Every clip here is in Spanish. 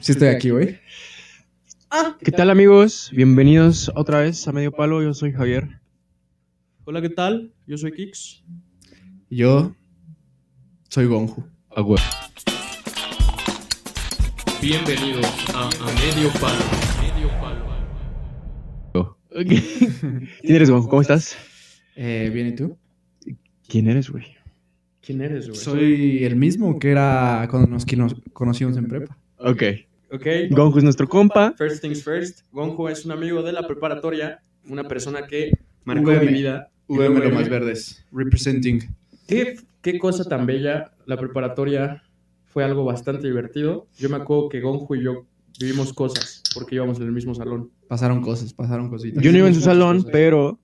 Sí estoy aquí, güey. ¿Qué tal amigos? Bienvenidos otra vez a Medio Palo, yo soy Javier. Hola, ¿qué tal? Yo soy Kix. Yo soy Gonju. Bienvenidos a, Medio Palo. ¿Quién eres, Juanjo? ¿Cómo estás? Eh, ¿Bien y tú? ¿Quién eres, güey? ¿Quién pues, eres, güey? Soy el mismo que era cuando nos quino- conocimos en prepa. Ok. Ok. Gonju es nuestro compa. First things first. Gonjo es un amigo de la preparatoria, una persona que marcó VM. mi vida. VM Lo Más Verdes, representing. ¿Qué, qué cosa tan bella. La preparatoria fue algo bastante divertido. Yo me acuerdo que Gonjo y yo vivimos cosas porque íbamos en el mismo salón. Pasaron cosas, pasaron cositas. Yo no iba en su salón, pero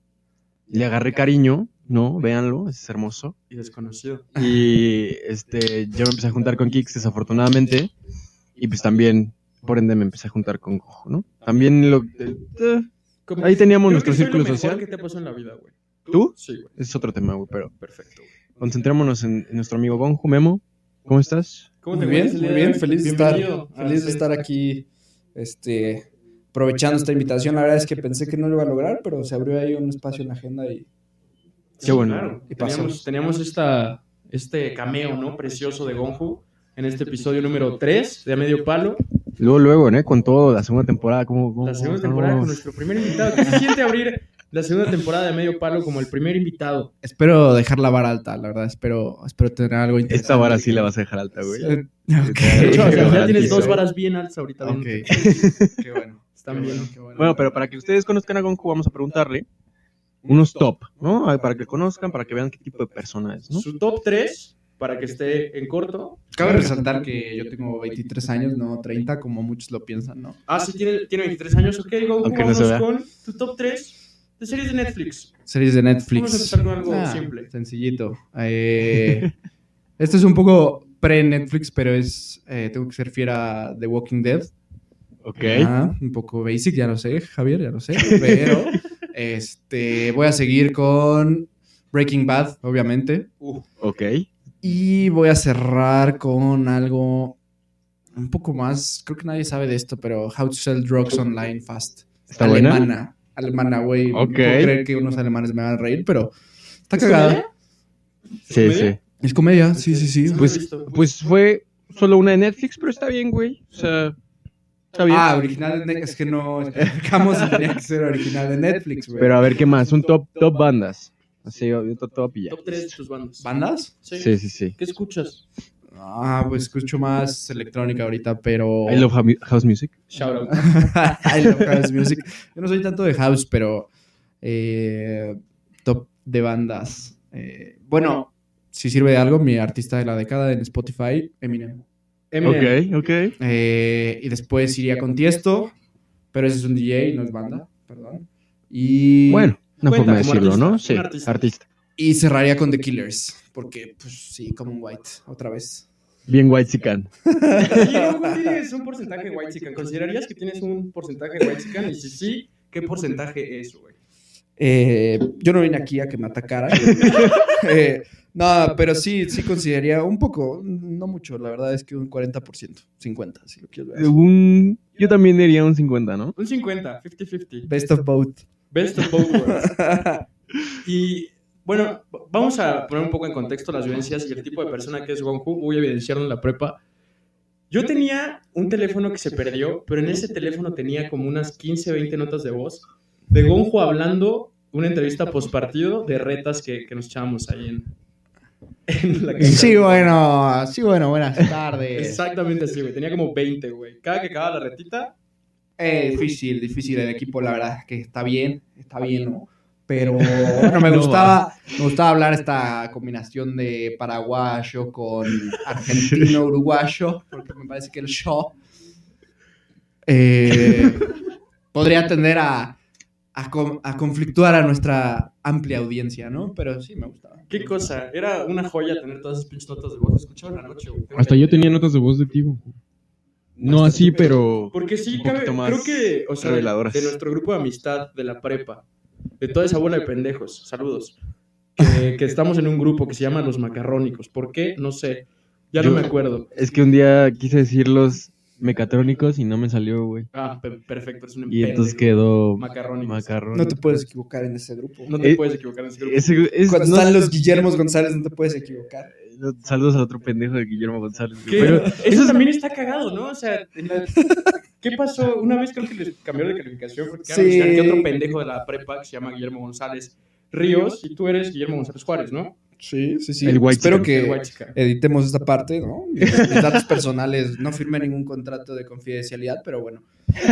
le agarré cariño, ¿no? Véanlo, es hermoso. Y desconocido. Y este, yo me empecé a juntar con Kix, desafortunadamente. Y pues también, por ende, me empecé a juntar con Gonju, ¿no? También lo... eh, ¿Cómo- Ahí teníamos Creo que nuestro soy lo círculo mejor social. ¿Qué te pasó en la vida, güey? ¿Tú? Sí, güey. Es otro tema, güey, pero Perfecto. güey. concentrémonos en, en nuestro amigo Gonju. Memo, ¿cómo estás? ¿Cómo muy te bien, encuentras muy el día de bien, hoy? feliz de Bienvenido estar, a feliz de hacer- estar aquí, este, aprovechando esta invitación. La verdad es que pensé que no lo iba a lograr, pero se abrió ahí un espacio en la agenda y Qué bueno. claro. Y Teníamos, pasamos. teníamos esta, este cameo, ¿no? Precioso de Gonju en este episodio número 3 de A Medio Palo. Luego, luego, ¿eh? Con todo, la segunda temporada, ¿cómo? cómo- La segunda cómo temporada con vamos? nuestro primer invitado. ¿Qué se siente abrir la segunda temporada de A Medio Palo como el primer invitado? espero dejar la vara alta, la verdad, espero, espero tener algo interesante. Esta vara sí la vas a dejar alta, güey. Eh, De hecho, o sea, ya Garantizo. tienes dos varas bien altas ahorita. Ok. ¿no? Qué bueno. Están bien. Bueno, pero para que ustedes conozcan a Gonju, vamos a preguntarle unos top, ¿no? Ay, Para que conozcan, para que vean qué tipo de persona es, ¿no? Su top 3, para que esté en corto. Cabe resaltar que yo tengo 23 años, no 30, como muchos lo piensan, ¿no? Ah, sí, tiene, tiene 23 años. Ok, Gonju, Aunque no vámonos se vea. con tu top 3 de series de Netflix. Series de Netflix. Vamos a empezar con algo Ah. simple. Sencillito. Eh, esto es un poco pre-Netflix, pero es. eh, tengo que ser fiera de Walking Dead. Ok. Ajá, un poco basic, ya lo sé, Javier, ya lo sé. Pero este, voy a seguir con Breaking Bad, obviamente. Uh, Ok. Y voy a cerrar con algo un poco más. Creo que nadie sabe de esto, pero How to Sell Drugs Online Fast. ¿Está alemana. buena? Alemana, güey. No Ok. puedo creer que unos alemanes me van a reír, pero está ¿Es cagada. comedia? Sí, sí. Es comedia, sí, sí, sí. No lo he Pues, visto. pues fue solo una de Netflix, pero está bien, güey. O sea, está bien. Ah, original de Netflix, es que no especificamos si tenía que ser original de Netflix, güey. Pero a ver, ¿qué más? Un top, top bandas. Así, otro top y ya. Top 3 de tus bandas. ¿Bandas? Sí. Sí, sí, sí. ¿Qué escuchas? Ah, pues escucho más electrónica ahorita, pero... I love hou- house music. Shout out. I love house music. Yo no soy tanto de house, pero... eh, top de bandas. Eh, bueno, si sirve de algo, mi artista de la década en Spotify, Eminem. Eminem. Ok, ok. Eh, y después iría con Tiesto, pero ese es un DJ, no es banda, perdón. Y, Bueno, una Cuenta forma de como decirlo, artista, ¿no? un Sí, artista. artista. y cerraría con The Killers, porque pues sí, Common White, otra vez. Bien white sican. Oye, ¿Tienes un porcentaje de white chican? ¿Considerarías que tienes un porcentaje de white chican? Y si sí, ¿qué porcentaje es, güey? Eh, yo no vine aquí a que me atacara. Eh, no, pero sí, sí consideraría un poco, no mucho, la verdad es que un 40%, 50%, si lo quieres ver. Un, yo también diría un 50, ¿no? Un 50, 50-50. Best of both. Best of both worlds. Y bueno, vamos a poner un poco en contexto las vivencias y el tipo de persona que es Gonju. Voy a evidenciarlo en la prepa. Yo tenía un teléfono que se perdió, pero en ese teléfono tenía como unas 15, 20 notas de voz de Gonju hablando una entrevista postpartido de retas que, que nos echábamos ahí en, en la cancha. Sí, bueno, sí, bueno, buenas tardes. Exactamente así, güey. Tenía como 20, güey. Cada que acababa la retita, Eh, difícil, difícil el equipo, la verdad, que está bien, está bien, ¿no? Pero bueno, me gustaba, me gustaba hablar esta combinación de paraguayo con argentino uruguayo, porque me parece que el show eh, podría tender a, a, con- a conflictuar a nuestra amplia audiencia, ¿no? Pero sí me gustaba. qué cosa. Era una joya tener todas esas pinches notas de voz. Escuchaba en la noche, güey. Hasta yo tenía notas de voz de tío. No así, pero. Porque sí, un poquito cabe- más creo que, o sea, reveladoras. de nuestro grupo de amistad de la prepa, de toda esa bola de pendejos, saludos, que, que estamos en un grupo que se llama Los Macarrónicos. ¿Por qué? No sé, ya no Yo- me acuerdo. Es que un día quise decirlos mecatrónicos y no me salió, güey. Ah, pe- perfecto, es un Y entonces pendejo. quedó Macarrónicos. macarrón. No te puedes equivocar en ese grupo. No te Eh, puedes equivocar en ese grupo. Ese- es- Cuando no- están los Guillermos González, no te puedes equivocar. no, saludos al otro pendejo de Guillermo González. güey. Que Pero eso también está cagado, ¿no? O sea, en la- ¿qué pasó? Una vez creo que les cambiaron de calificación porque Sí. anunciaron que otro pendejo de la prepa que se llama Guillermo González Ríos y tú eres Guillermo González Juárez, ¿no? Sí, sí, sí. El white Espero chicken. El que guay chica. editemos esta parte, ¿no? Mis mis datos personales. No firmé ningún contrato de confidencialidad, pero bueno.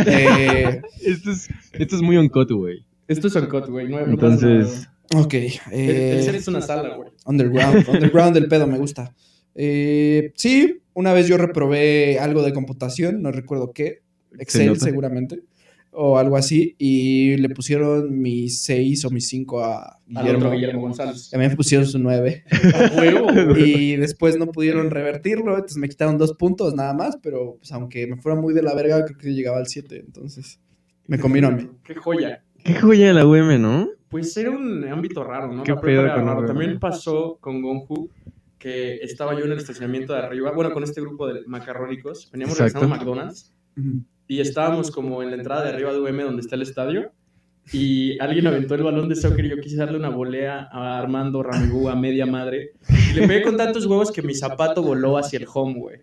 Eh, esto, es, esto es muy on cut, güey. Esto es Oncot, güey. No, no pasa Entonces, nada. ok. El- el ser Eh, es una sala, güey. underground. Underground del pedo, me gusta. Eh, sí, una vez yo reprobé algo de computación, no recuerdo qué. Excel, nota. seguramente. O algo así. Y le pusieron mis 6 o mis 5 a Al otro Guillermo. Guillermo González. También pusieron su 9. A huevo, güey. y después no pudieron revertirlo, entonces me quitaron dos puntos nada más, pero pues aunque me fuera muy de la verga, creo que llegaba al 7, entonces me combinó a mí. Qué joya. qué joya de la UM, ¿no? Pues era un ámbito raro, ¿no? ¿Qué La prepa pedo era con raro. Uber? También pasó con Gonju, que estaba yo en el estacionamiento de arriba, bueno, con este grupo de macarrónicos. Veníamos Exacto. regresando a McDonald's y estábamos como en la entrada de arriba de UM, donde está el estadio. Y alguien aventó el balón de soccer y yo quise darle una volea a Armando Ramigú a media madre. Y le pegué con tantos huevos que mi zapato voló hacia el home, güey.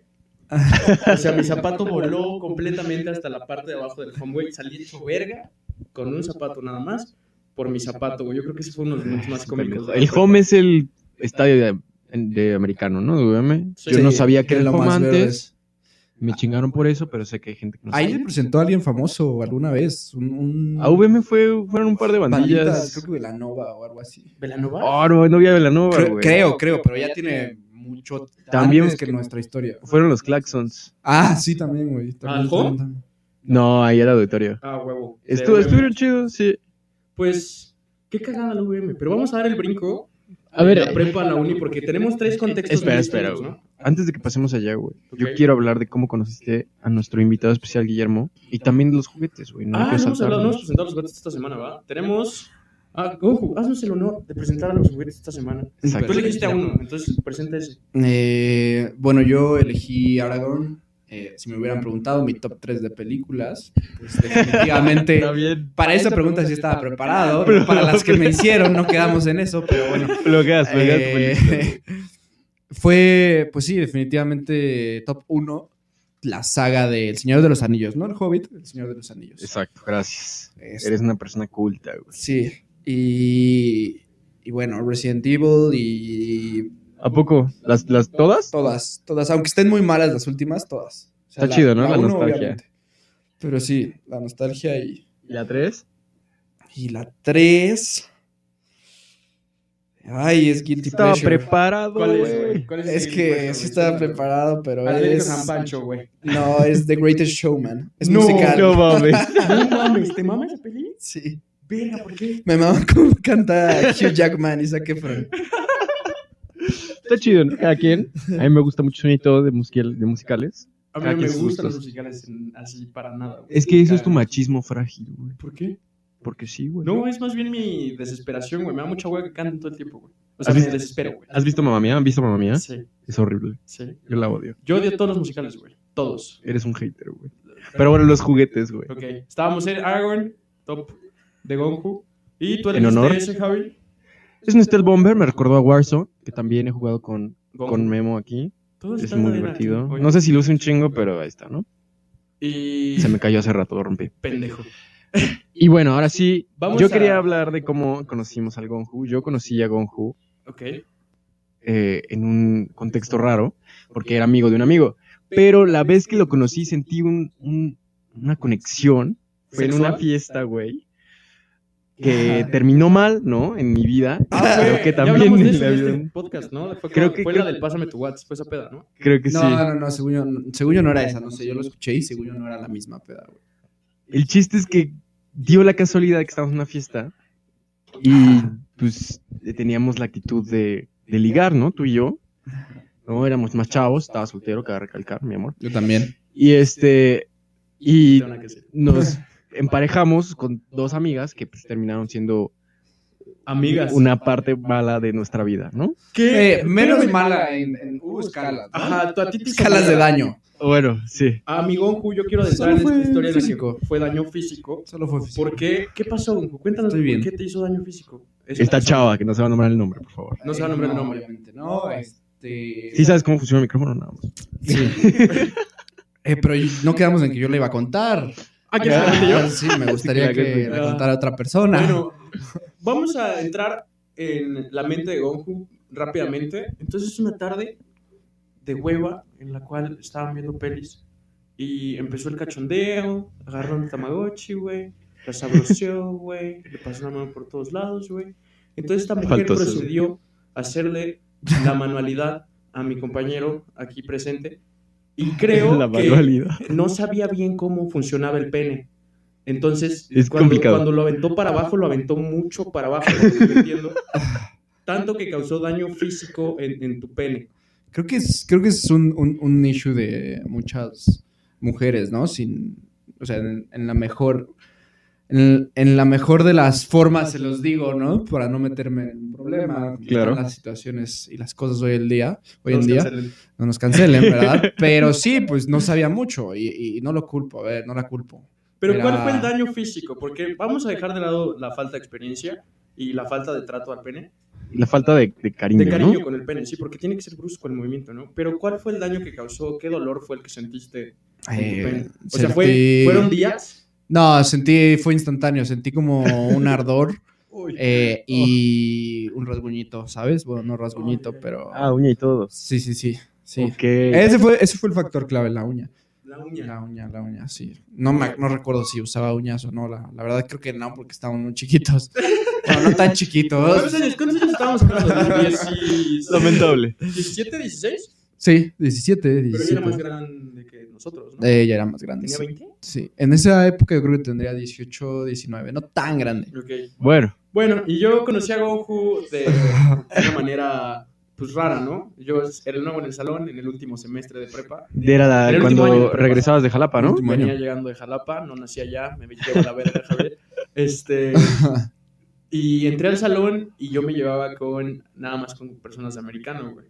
O sea, mi zapato voló completamente hasta la parte de abajo del home, güey. Salí hecho verga con un zapato nada más por mi zapato, güey. Yo creo que ese fue uno de los momentos más cómicos. El home es el estadio de, de americano, ¿no? De UM. Sí. Yo no sabía que era el lo home más antes. verde es- Me chingaron por eso, pero sé que hay gente que no Ahí sabe. le presentó a alguien famoso alguna vez, un... un- A UVM fue, fueron un par de banditas, bandillas. creo que Velanova o algo así. ¿Velanova? Oh, no, no había Velanova, Creo, güey. creo, creo, pero ya tiene mucho También- antes que nuestra historia. Fueron los Claxons. Ah, sí, también, güey. también, ¿Aljo? también, también. No, ahí era auditorio. Ah, huevo. Estuvo, De- estuvieron chidos, sí. Pues, qué cagada la UVM. Pero vamos a dar el brinco A ver, de la prepa a la uni porque tenemos tres contextos. Espera, muy espera, distintos, ¿no? Antes de que pasemos allá, güey, Ok. yo quiero hablar de cómo conociste a nuestro invitado especial, Guillermo, y también los juguetes, güey. No ah, quiero no hemos hablado, no saltarnos. hemos presentado los juguetes esta semana, ¿va? Tenemos. Ah, ojo, haznos el honor de presentar a los juguetes esta semana. Exacto. Tú elegiste a uno, entonces presenta ese. Eh, bueno, yo elegí Aragorn. Eh, si me hubieran preguntado mi top 3 de películas, pues definitivamente. bien. Para esa pregunta sí estaba preparado. pero Para las que me hicieron, no quedamos en eso, pero bueno. Bloqueas, bloqueas. tu Eh, película, güey. fue, pues sí, definitivamente top 1. La saga de El Señor de los Anillos, no El Hobbit, El Señor de los Anillos. Exacto, gracias. Es- Eres una persona culta, güey. Sí. Y, y bueno, Resident Evil y ¿A poco? ¿Las, las todas? Todas, todas. Aunque estén muy malas las últimas, todas. O Está chido, ¿no? La uno, nostalgia. Pero sí, la nostalgia y, ¿Y la tres? y la 3. Ay, es Guilty Estaba Pleasure. preparado, güey. ¿Cuál es que sí estaba preparado, pero Atlético es... San Pancho, güey. No, es The Greatest Showman. Es No, musical. No mames. No mames, ¿te mamas la peli? Sí. Verga, ¿por qué? Me mama cómo canta Hugh Jackman y Zac Efron. Está chido, ¿no? Cada quien. A mí me gusta mucho el sonido de, musical- de musicales. A mí Cada no me quien sus gustan los gustos. musicales en- así para nada, güey. Ah, Es que eso es tu Cagan. machismo frágil, güey. ¿Por qué? Porque sí, güey. No, es más bien mi desesperación, güey. Me da mucha hueá que canten todo el tiempo, güey. O sea, ¿Has me visto- desespero, güey. ¿Has visto Mamá Mía? ¿Han visto Mamá Mía? Sí, Es horrible. sí. Yo la odio. Yo odio todos los musicales, güey. Todos. Eres un hater, güey. Pero bueno, los juguetes, güey. Ok. Estábamos en Aragorn, top de Gonju. ¿Y tú En elegiste honor. ese, Javi? Es un Stealth Bomber, me recordó a Warzone, que también he jugado con, Gonju. con Memo aquí. Todo Es está muy bien aquí, divertido. oye. No sé si luce un chingo, pero ahí está, ¿no? Y... Se me cayó hace rato, lo rompí. Pendejo. Y bueno, ahora sí, Vamos yo a- quería hablar de cómo conocimos al Gonju. Yo conocí a Gonju Ok. eh, en un contexto raro, porque era amigo de un amigo. Pero la vez que lo conocí sentí un- un- una conexión. Fue en una ¿Sexual? fiesta, güey. Que terminó mal, ¿no? En mi vida. Ah, pero güey, que ya hablamos también de en eso la en vida. este podcast, ¿no? Creo Fue, creo que- que fue creo- la del Pásame tu WhatsApp, fue esa peda, ¿no? Creo que No, sí. no, no, según yo, según yo no era esa, no sé, yo lo escuché y según yo no era la misma peda, güey. El chiste es que dio la casualidad que estábamos en una fiesta y pues teníamos la actitud de, de ligar, ¿no? Tú y yo. No, éramos más chavos, estaba soltero, cabe recalcar, mi amor. Yo también. Y este, y Tengo nada que decir. nos emparejamos con dos amigas que pues terminaron siendo Amigas. una parte mala de nuestra vida, ¿no? ¿Qué? Eh, menos mala en, en hubo escalas. ¿no? Ajá, tú a ti te hizo Escalas de mal. daño. Bueno, sí. Ah, Amigo, Gonju, yo quiero adentrar Solo en esta fue historia de la que físico. fue daño físico. Solo fue físico. ¿Por qué? ¿Qué pasó, Gonju? Cuéntanos Estoy bien. por qué te hizo daño físico. Esta Esta persona- chava, que no se va a nombrar el nombre, por favor. No se va a nombrar el nombre. obviamente, No, este. Sí sabes cómo funciona el micrófono, nada más. Eh, pero no quedamos en que yo le iba a contar. Ah, ¿quieres que la cuente yo? Sí, me gustaría Sí, claro que que sí. la contara otra persona. Bueno, vamos a entrar en la mente de Gonju rápidamente. Entonces es una tarde de hueva en la cual estaban viendo pelis y empezó el cachondeo, agarraron el Tamagotchi, güey, la sabroseó, güey, le pasó una mano por todos lados, güey. Entonces esta mujer Faltoso. procedió a hacerle la manualidad a mi compañero aquí presente y creo La que manualidad. no sabía bien cómo funcionaba el pene. Entonces, Es cuando, complicado. cuando lo aventó para abajo, lo aventó mucho para abajo, por lo que entiendo. Tanto que causó daño físico en, en tu pene. Creo que es, creo que es un, un, un issue de muchas mujeres, ¿no? Sin, o sea, en, en la mejor. En, en la mejor de las formas, se los digo, ¿no? Para no meterme en problema. Claro. Las situaciones y las cosas hoy, el día, hoy en Todos día. cancelen. No nos cancelen, ¿verdad? Pero sí, pues no sabía mucho y, y no lo culpo, a ver, no la culpo. Pero Era- ¿cuál fue el daño físico? Porque vamos a dejar de lado la falta de experiencia y la falta de trato al pene. La falta de, de cariño, De cariño ¿no? con el pene, sí, porque tiene que ser brusco el movimiento, ¿no? Pero ¿cuál fue el daño que causó? ¿Qué dolor fue el que sentiste en tu Eh, pene? O sea, fue- sentí- ¿fueron días? No, sentí, fue instantáneo, sentí como un ardor Uy. eh, y un rasguñito, ¿sabes? Bueno, no rasguñito, pero... Ah, uña y todo. Sí, sí, sí, sí. Ok. Ese fue, ese fue el factor clave, la uña. La uña. La uña, la uña, sí. No, me, no recuerdo si usaba uñas o no, la, la verdad creo que no, porque estaban muy chiquitos. Bueno, no tan ¿Cuántos chiquitos. años, ¿Cuántos años estábamos hablando? Dieci- Lamentable. 17, 16, Sí, 17, pero ella era más 17. grande que nosotros, ¿no? Ella era más grande. ¿Tenía Eh, sí. 20? Sí, en esa época yo creo que tendría 18, 19, no tan grande. Ok. Bueno, Bueno, y yo conocí a Gonju de una manera, pues, rara, ¿no? Yo era el nuevo en el salón, en el último semestre de prepa. era la- Era el último año de cuando prepa. regresabas de Jalapa, ¿no? Último año. Venía llegando de Jalapa, no nací allá, me llevo a la verga, Javier. Este, y entré al salón y yo me llevaba con, nada más con personas de americano, güey.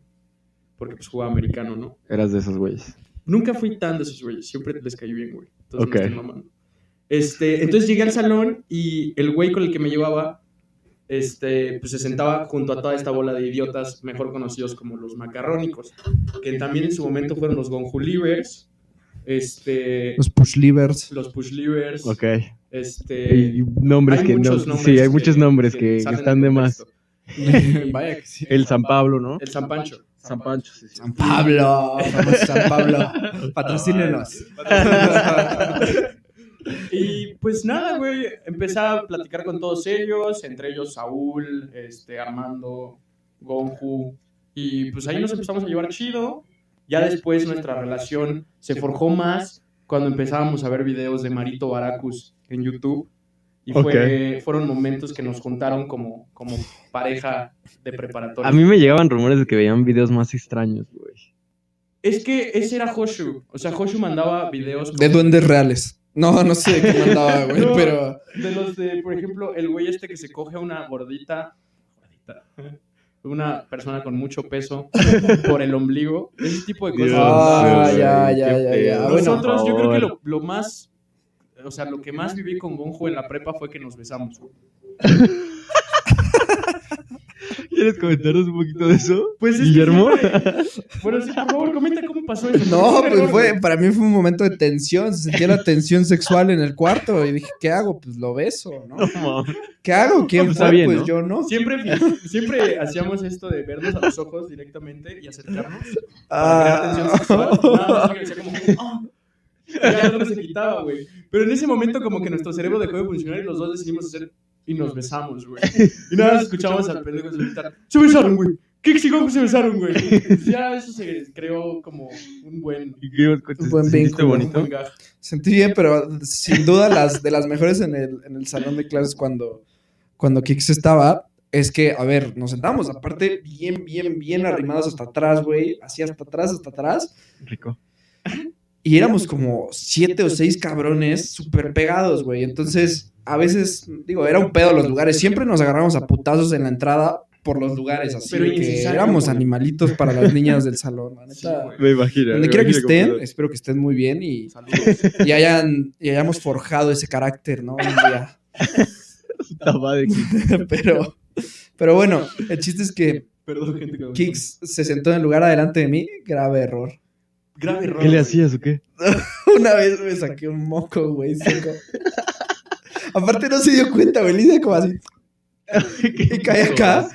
Porque, pues, jugaba americano, ¿no? Eras de esos güeyes. Nunca fui tan de esos güeyes. Siempre les caí bien, güey. Entonces Ok. no estoy mamando. Este, entonces llegué al salón y el güey con el que me llevaba, este, pues se sentaba junto a toda esta bola de idiotas, mejor conocidos como los macarrónicos, que también en su momento fueron los gonjulivers, este, Los push levers. los pushlivers, Ok. este, Hay nombres hay que no. muchos nombres Sí, hay muchos nombres que, que salen están de más. contexto. Y Vaya que sí. El San Pablo, ¿no? El San Pancho. San Pancho, sí, San Pablo, famoso San Pablo. Patrocínenos. y pues nada, güey, empecé a platicar con todos ellos, entre ellos Saúl, este, Armando, Gonju, y pues ahí nos empezamos a llevar chido. Ya después nuestra relación se forjó más cuando empezábamos a ver videos de Marito Baracus en YouTube. Y fue- fueron momentos que nos juntaron como, como pareja de preparatoria. A mí me llegaban rumores de que veían videos más extraños, güey. Es que ese era Hoshu. O sea, Hoshu mandaba videos como- De duendes reales. No, no sé de qué mandaba, güey, No. pero. De los de, por ejemplo, el güey este que se coge a una gordita, gordita, una persona con mucho peso por el ombligo, ese tipo de cosas. Dios, Ah, Dios, ya, güey, ya, qué ya, pedo. ya. Ah, bueno. Nosotros, yo creo Por que favor. lo, lo más, o sea, lo que más viví con Gonjo en la prepa fue que nos besamos. güey. ¿Quieres comentarnos un poquito de eso? Pues es que Guillermo. siempre- Bueno, sí, por favor, comenta cómo pasó eso. No, Qué pues error, fue, güey. para mí fue un momento de tensión. Se sentía la tensión sexual en el cuarto. Y dije, ¿qué hago? Pues lo beso, ¿no? ¿Qué hago? ¿Quién Pues fue? está bien, pues ¿no? yo no. Siempre, siempre hacíamos esto de vernos a los ojos directamente y acercarnos. Ah. Para crear tensión sexual. Nada más porque decía como, "Ah". Y ya no se quitaba, güey. Pero en ese momento como que nuestro cerebro dejó de funcionar y los dos decidimos hacer y nos besamos, güey. Y nada más escuchamos al pendejo se gritar, se besaron, güey. ¿Qué chingón que se besaron, güey? Y Ya eso se creó como un buen... Un buen ¿Sentiste vínculo. un bonito? buen gag. Sentí bien, pero sin duda las de las mejores en el, en el salón de clases cuando, cuando Kix estaba, es que, a ver, nos sentamos, aparte, bien, bien, bien arrimados hasta atrás, güey, así hasta atrás, hasta atrás, Rico. y éramos como siete o seis cabrones súper pegados, güey, entonces a veces, digo, era un pedo los lugares. Siempre nos agarramos a putazos en la entrada por los lugares así. Pero de que innecesario, éramos güey. animalitos para las niñas del salón. la Sí, neta. güey. Me imagino. Donde me quiera que imagino cómo estén, era. espero que estén muy bien y, y hayan, y hayamos forjado ese carácter, ¿no? Un día. Puta madre, que- Pero, pero bueno, el chiste es que Perdón, gente. que me- Kix se sentó en el lugar adelante de mí, grave error. Grave error. ¿Qué le güey. hacías o qué? Una vez me saqué un moco, güey, seco. Aparte no se dio cuenta, güey, le hice como así. Y cae acá.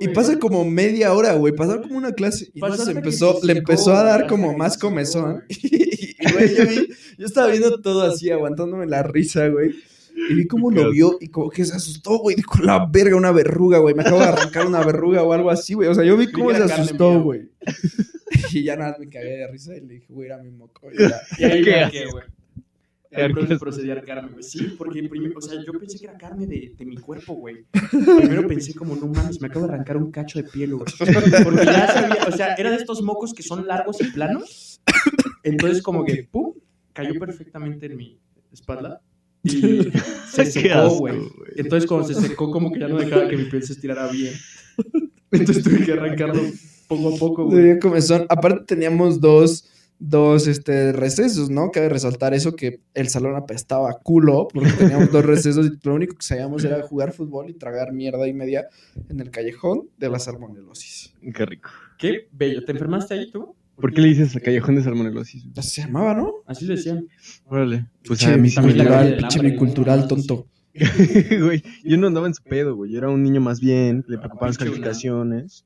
Y pasa como media hora, güey. Pasaba como una clase. Y no, Pasaste se que empezó, se le secó, empezó a güey, dar hasta como que más se secó, comezón. güey. Y, güey, yo, vi- yo estaba viendo todo así, aguantándome la risa, güey. Y vi cómo lo vio y como que se asustó, güey. Dijo, la verga, una verruga, güey. Me acabo de arrancar una verruga o algo así, güey. O sea, yo vi cómo que se era carne asustó, mía. güey. Y ya nada más me cagué de risa y le dije, güey, era mi moco. Y ya. Y ahí ¿Qué ya haces? que, güey. ¿Qué Ahí haces? procedí a carne, güey. Sí, porque primero, o sea, yo pensé que era carne de, de mi cuerpo, güey. Primero pensé como, no mames, me acabo de arrancar un cacho de piel, güey. Porque ya sabía, o sea, era de estos mocos que son largos y planos. Entonces, como que, pum, cayó perfectamente en mi espalda. Y se Qué secó, asco, güey. güey. Entonces, cuando se secó, como que ya no dejaba que mi piel se estirara bien. Entonces tuve que arrancarlo poco a poco, Le güey. dio comezón. Aparte teníamos dos, dos este, recesos, ¿no? Cabe resaltar eso que el salón apestaba a culo porque teníamos dos recesos y lo único que sabíamos era jugar fútbol y tragar mierda y media en el callejón de la salmonelosis. Qué rico. Qué bello. ¿Te enfermaste ahí tú? ¿Por qué le dices a callejón de salmonelosis? Así Se llamaba, ¿no? Así le decían. Órale. Pues Pinche a mí sí me también la bicultural, calle del pinche hambre, bicultural, ¿no? tonto. güey, yo no andaba en su pedo, güey. Yo era un niño más bien, le preocupaban las Pinche una. calificaciones.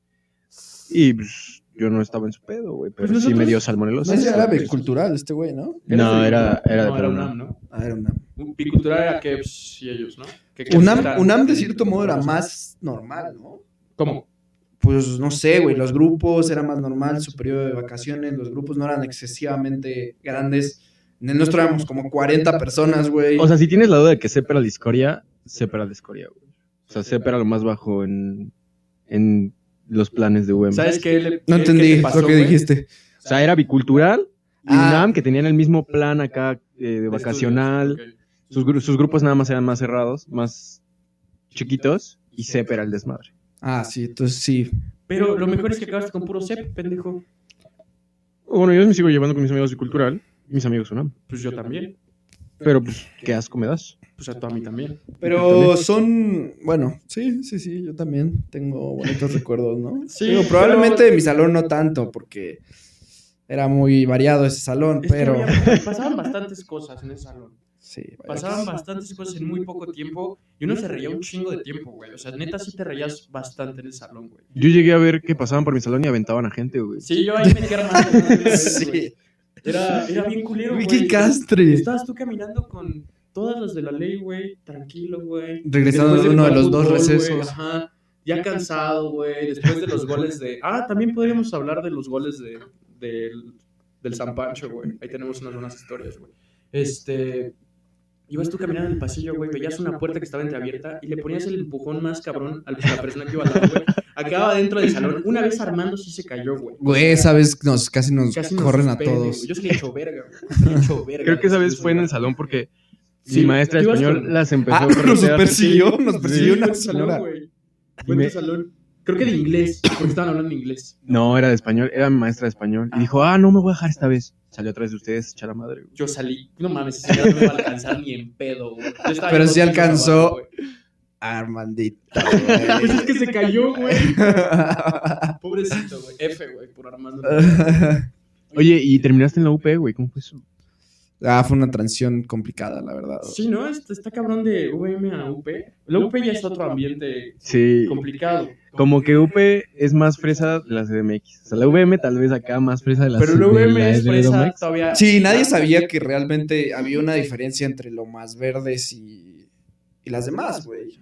Y pues, yo no estaba en su pedo, güey. Pero Pues sí me nosotros- dio salmonelosis. No ese era güey. bicultural este güey, ¿no? No, era, era de no, Perú, UNAM, ¿no? ¿no? Ah, era UNAM. Un Bicultural era Kebs y ellos, ¿no? Que Kebs UNAM, era- UNAM de cierto modo era más normal, ¿no? ¿Cómo? Pues no sé, güey, los grupos era más normal, su periodo de vacaciones, los grupos no eran excesivamente grandes. En el nuestro éramos como 40 personas, güey. O sea, si tienes la duda de que sepa era la discoria, sepa era la discoria, güey. O sea, sepa era lo más bajo en, en los planes de UM. ¿Sabes qué? le- No qué- qué entendí te pasó, lo que güey? dijiste. O sea, era bicultural y Ah. UNAM, que tenían el mismo plan acá eh, de De vacacional. estudios, ok. Sus, gru- sus grupos nada más eran más cerrados, más chiquitos, y sepa era el desmadre. Ah, sí, entonces sí. Pero lo mejor es que acabaste con puro CEP, pendejo. Bueno, yo me sigo llevando con mis amigos bicultural, mis amigos UNAM. Pues yo también. Pero pues, qué asco me das. Pues a tú a mí también. Pero son, bueno, sí, sí, sí, yo también tengo bonitos recuerdos, ¿no? Sí, Digo, pero- probablemente de mi salón no tanto, porque era muy variado ese salón, Es que pero había- pasaban bastantes cosas en ese salón. sí. vaya Pasaban que sí. bastantes cosas en muy poco tiempo y uno se reía un chingo de tiempo, güey. O sea, neta sí te reías bastante en el salón, güey. Yo llegué a ver que pasaban por mi salón y aventaban a gente, güey. Sí, yo ahí me quedé armando. Sí. Era, era bien culero, güey. Vicky Castre. Estabas tú caminando con todas las de la ley, güey, tranquilo, güey. Regresando Después de uno de jugar los dos fútbol, recesos. güey, ajá. Ya cansado, güey. Después de los goles de. Ah, también podríamos hablar de los goles de, del- del San Pancho, güey. Ahí tenemos unas buenas historias, güey. Este. Ibas tú caminando en el pasillo, güey, veías una puerta que estaba entreabierta y le ponías el empujón más cabrón a la persona que iba al lado, güey. Acaba dentro del salón. Una vez Armando sí se cayó, güey. Güey, esa vez nos, casi nos Casi nos corren a suspende, todos. güey. Yo sí le echo verga, güey. Sí le echo verga. Creo que esa vez fue en el salón porque Sí, mi maestra de tú ibas español con- las empezó Ah, a nos corretear. persiguió, nos Sí. persiguió fue en una tu salón, señora. güey. Fue en Me- tu salón. Creo que de inglés, porque estaban hablando inglés. No, era de español, era mi maestra de español. Y dijo, ah, no me voy a dejar esta vez. Salió atrás de ustedes, echar la madre, güey. Yo salí. No mames, esa señora no me va a alcanzar ni en pedo, güey. Yo estaba Pero viendo sí otro alcanzó. trabajo, güey. Ah, Armandita. Pues es güey. que se cayó, güey. Pobrecito, güey. F, güey, por Armando. Oye, y terminaste en la UP, güey, ¿cómo fue eso? ah, fue una transición complicada, la verdad. Sí, ¿no? Este- Está cabrón de UM a UP. La UP ya es otro ambiente Sí, complicado. como que UP es más fresa de E la CDMX. O sea, la VM tal vez acá más fresa de la Pero la de E UM la es fresa SDMX. todavía. Sí, nadie sabía que realmente había una diferencia entre lo más verdes y, y las demás, güey.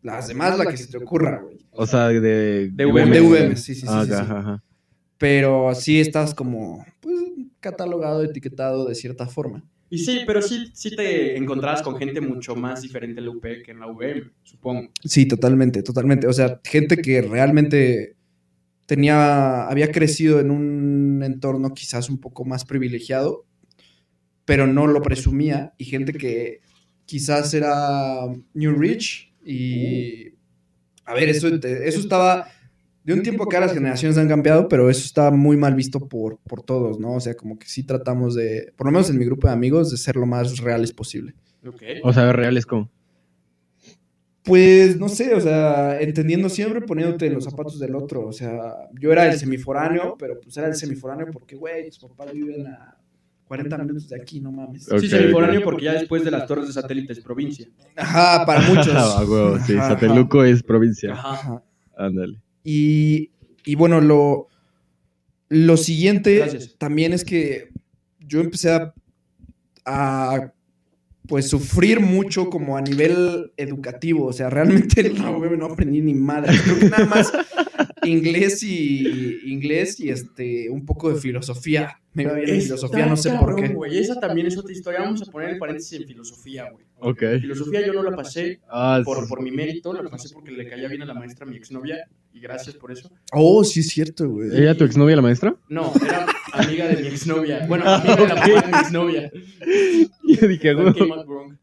Las demás, la que se te ocurra, güey. O sea, de... De, UM. De VM, sí, sí, sí. Ah, sí, ajá, sí. ajá. Pero sí estás como, pues, catalogado, etiquetado de cierta forma. Y sí, pero sí, sí te encontrabas con gente mucho más diferente en la UP que en la UVM, supongo. Sí, totalmente, totalmente. O sea, gente que realmente tenía, había crecido en un entorno quizás un poco más privilegiado, pero no lo presumía, y gente que quizás era New Rich y... A ver, eso, eso estaba... De un tiempo acá las generaciones han cambiado, pero eso está muy mal visto por, por todos, ¿no? O sea, como que sí tratamos de, por lo menos en mi grupo de amigos, de ser lo más reales posible. Ok. O sea, reales como. Pues no sé, o sea, entendiendo siempre, poniéndote en los zapatos del otro. O sea, yo era el semiforáneo, pero pues era el semiforáneo porque, güey, tus papás viven a 40 minutos de aquí, no mames. Ok, sí, semiforáneo porque ya después de las torres de satélites, provincia. Ajá, para Ah, muchos. huevo, sí, Ajá, Sateluco es provincia. Ajá. Ajá. Ándale. Y, y bueno, lo, lo siguiente Gracias. también es que yo empecé a, a, pues sufrir mucho como a nivel educativo. O sea, realmente no, güey, no aprendí ni madre. Creo que nada más inglés y inglés y este un poco de filosofía. Me iba bien en filosofía, no sé por qué. Güey. Esa también es otra historia. Vamos a poner el paréntesis en filosofía, güey. Ok. Filosofía yo no la pasé Ah, por, sí. por mi mérito, la pasé porque le caía bien a la maestra, mi exnovia, y gracias por eso. Oh, sí es cierto, güey. ¿Ella tu exnovia, la maestra? No, era amiga de mi exnovia. Bueno, amiga de la mamá de mi exnovia. Yo dije, "Ah, That came güey. out wrong.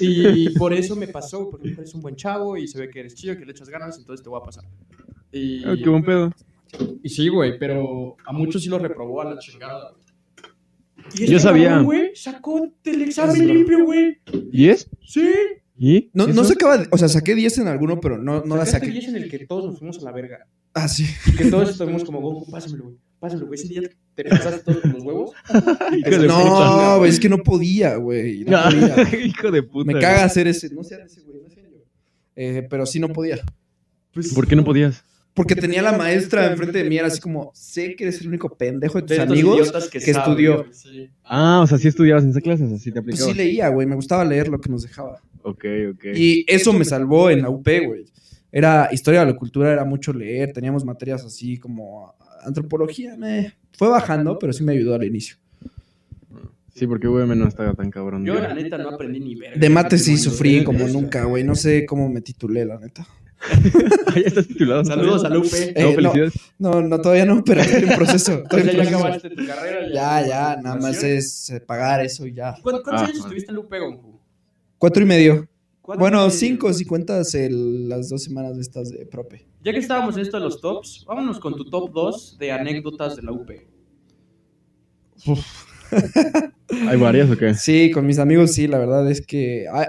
Y por eso me pasó, porque eres un buen chavo y se ve que eres chido, que le echas ganas, entonces te voy a pasar. Y, ah, Qué buen pedo. y sí, güey, pero a muchos sí los reprobó a la chingada. Y Yo sabía. cabrón, güey, sacó del examen limpio, güey. ¿Y es? Sí. ¿Y? No, no ¿Eso? se acaba, de- o sea, saqué 10 en alguno, pero no, no la Sacaste saqué. 10 en el que todos nos fuimos a la verga. Ah, sí. Y que todos estuvimos como, Goku, pásamelo, güey. Pásamelo, güey. Ese día te pasaste todos con los huevos. Este, Hijo de puta. No, güey, es que no podía, güey. No No, podía. Ah, Hijo de puta. Me caga hacer ese. No sean ese, güey. No sean yo. Eh, pero sí no podía. Pues, ¿Por qué no podías? Porque tenía la maestra enfrente de mí, era así como, sé que eres el único Pues, pendejo de tus De estos amigos. idiotas que saben, estudió. güey, sí. Ah, o sea, sí estudiabas en esas clases, así te Pues aplicabas. sí leía, güey, me gustaba leer lo que nos dejaba. Ok, ok. Y eso me salvó en la UP, güey. Era historia de la cultura, era mucho leer, teníamos materias así como ah, antropología, me fue bajando, pero sí me ayudó al inicio. Sí, porque VM no estaba tan cabrón. Yo, tío. la neta, no aprendí ni verga. De mate sí sufrí Eh, como eh, nunca, güey, no sé cómo me titulé, la neta. Ah, ya estás titulado. Saludos a No, Lupe. Eh, no. felicidades. No, no, todavía no, pero estoy en proceso. O estoy sea, en ya proceso. acabaste tu carrera. Ya, ya, nada más es eh, pagar eso y ya. ¿Cuántos, cuántos Ah, años bueno. estuviste en Lupe, Gonju? Cuatro y medio. ¿Cuatro Bueno, años? cinco si cuentas el- las dos semanas de estas de prope. Ya que estábamos en esto de los tops, vámonos con tu top 2 de anécdotas de la UP. ¿Hay varias o qué? Sí, con mis amigos sí, la verdad es que... ah,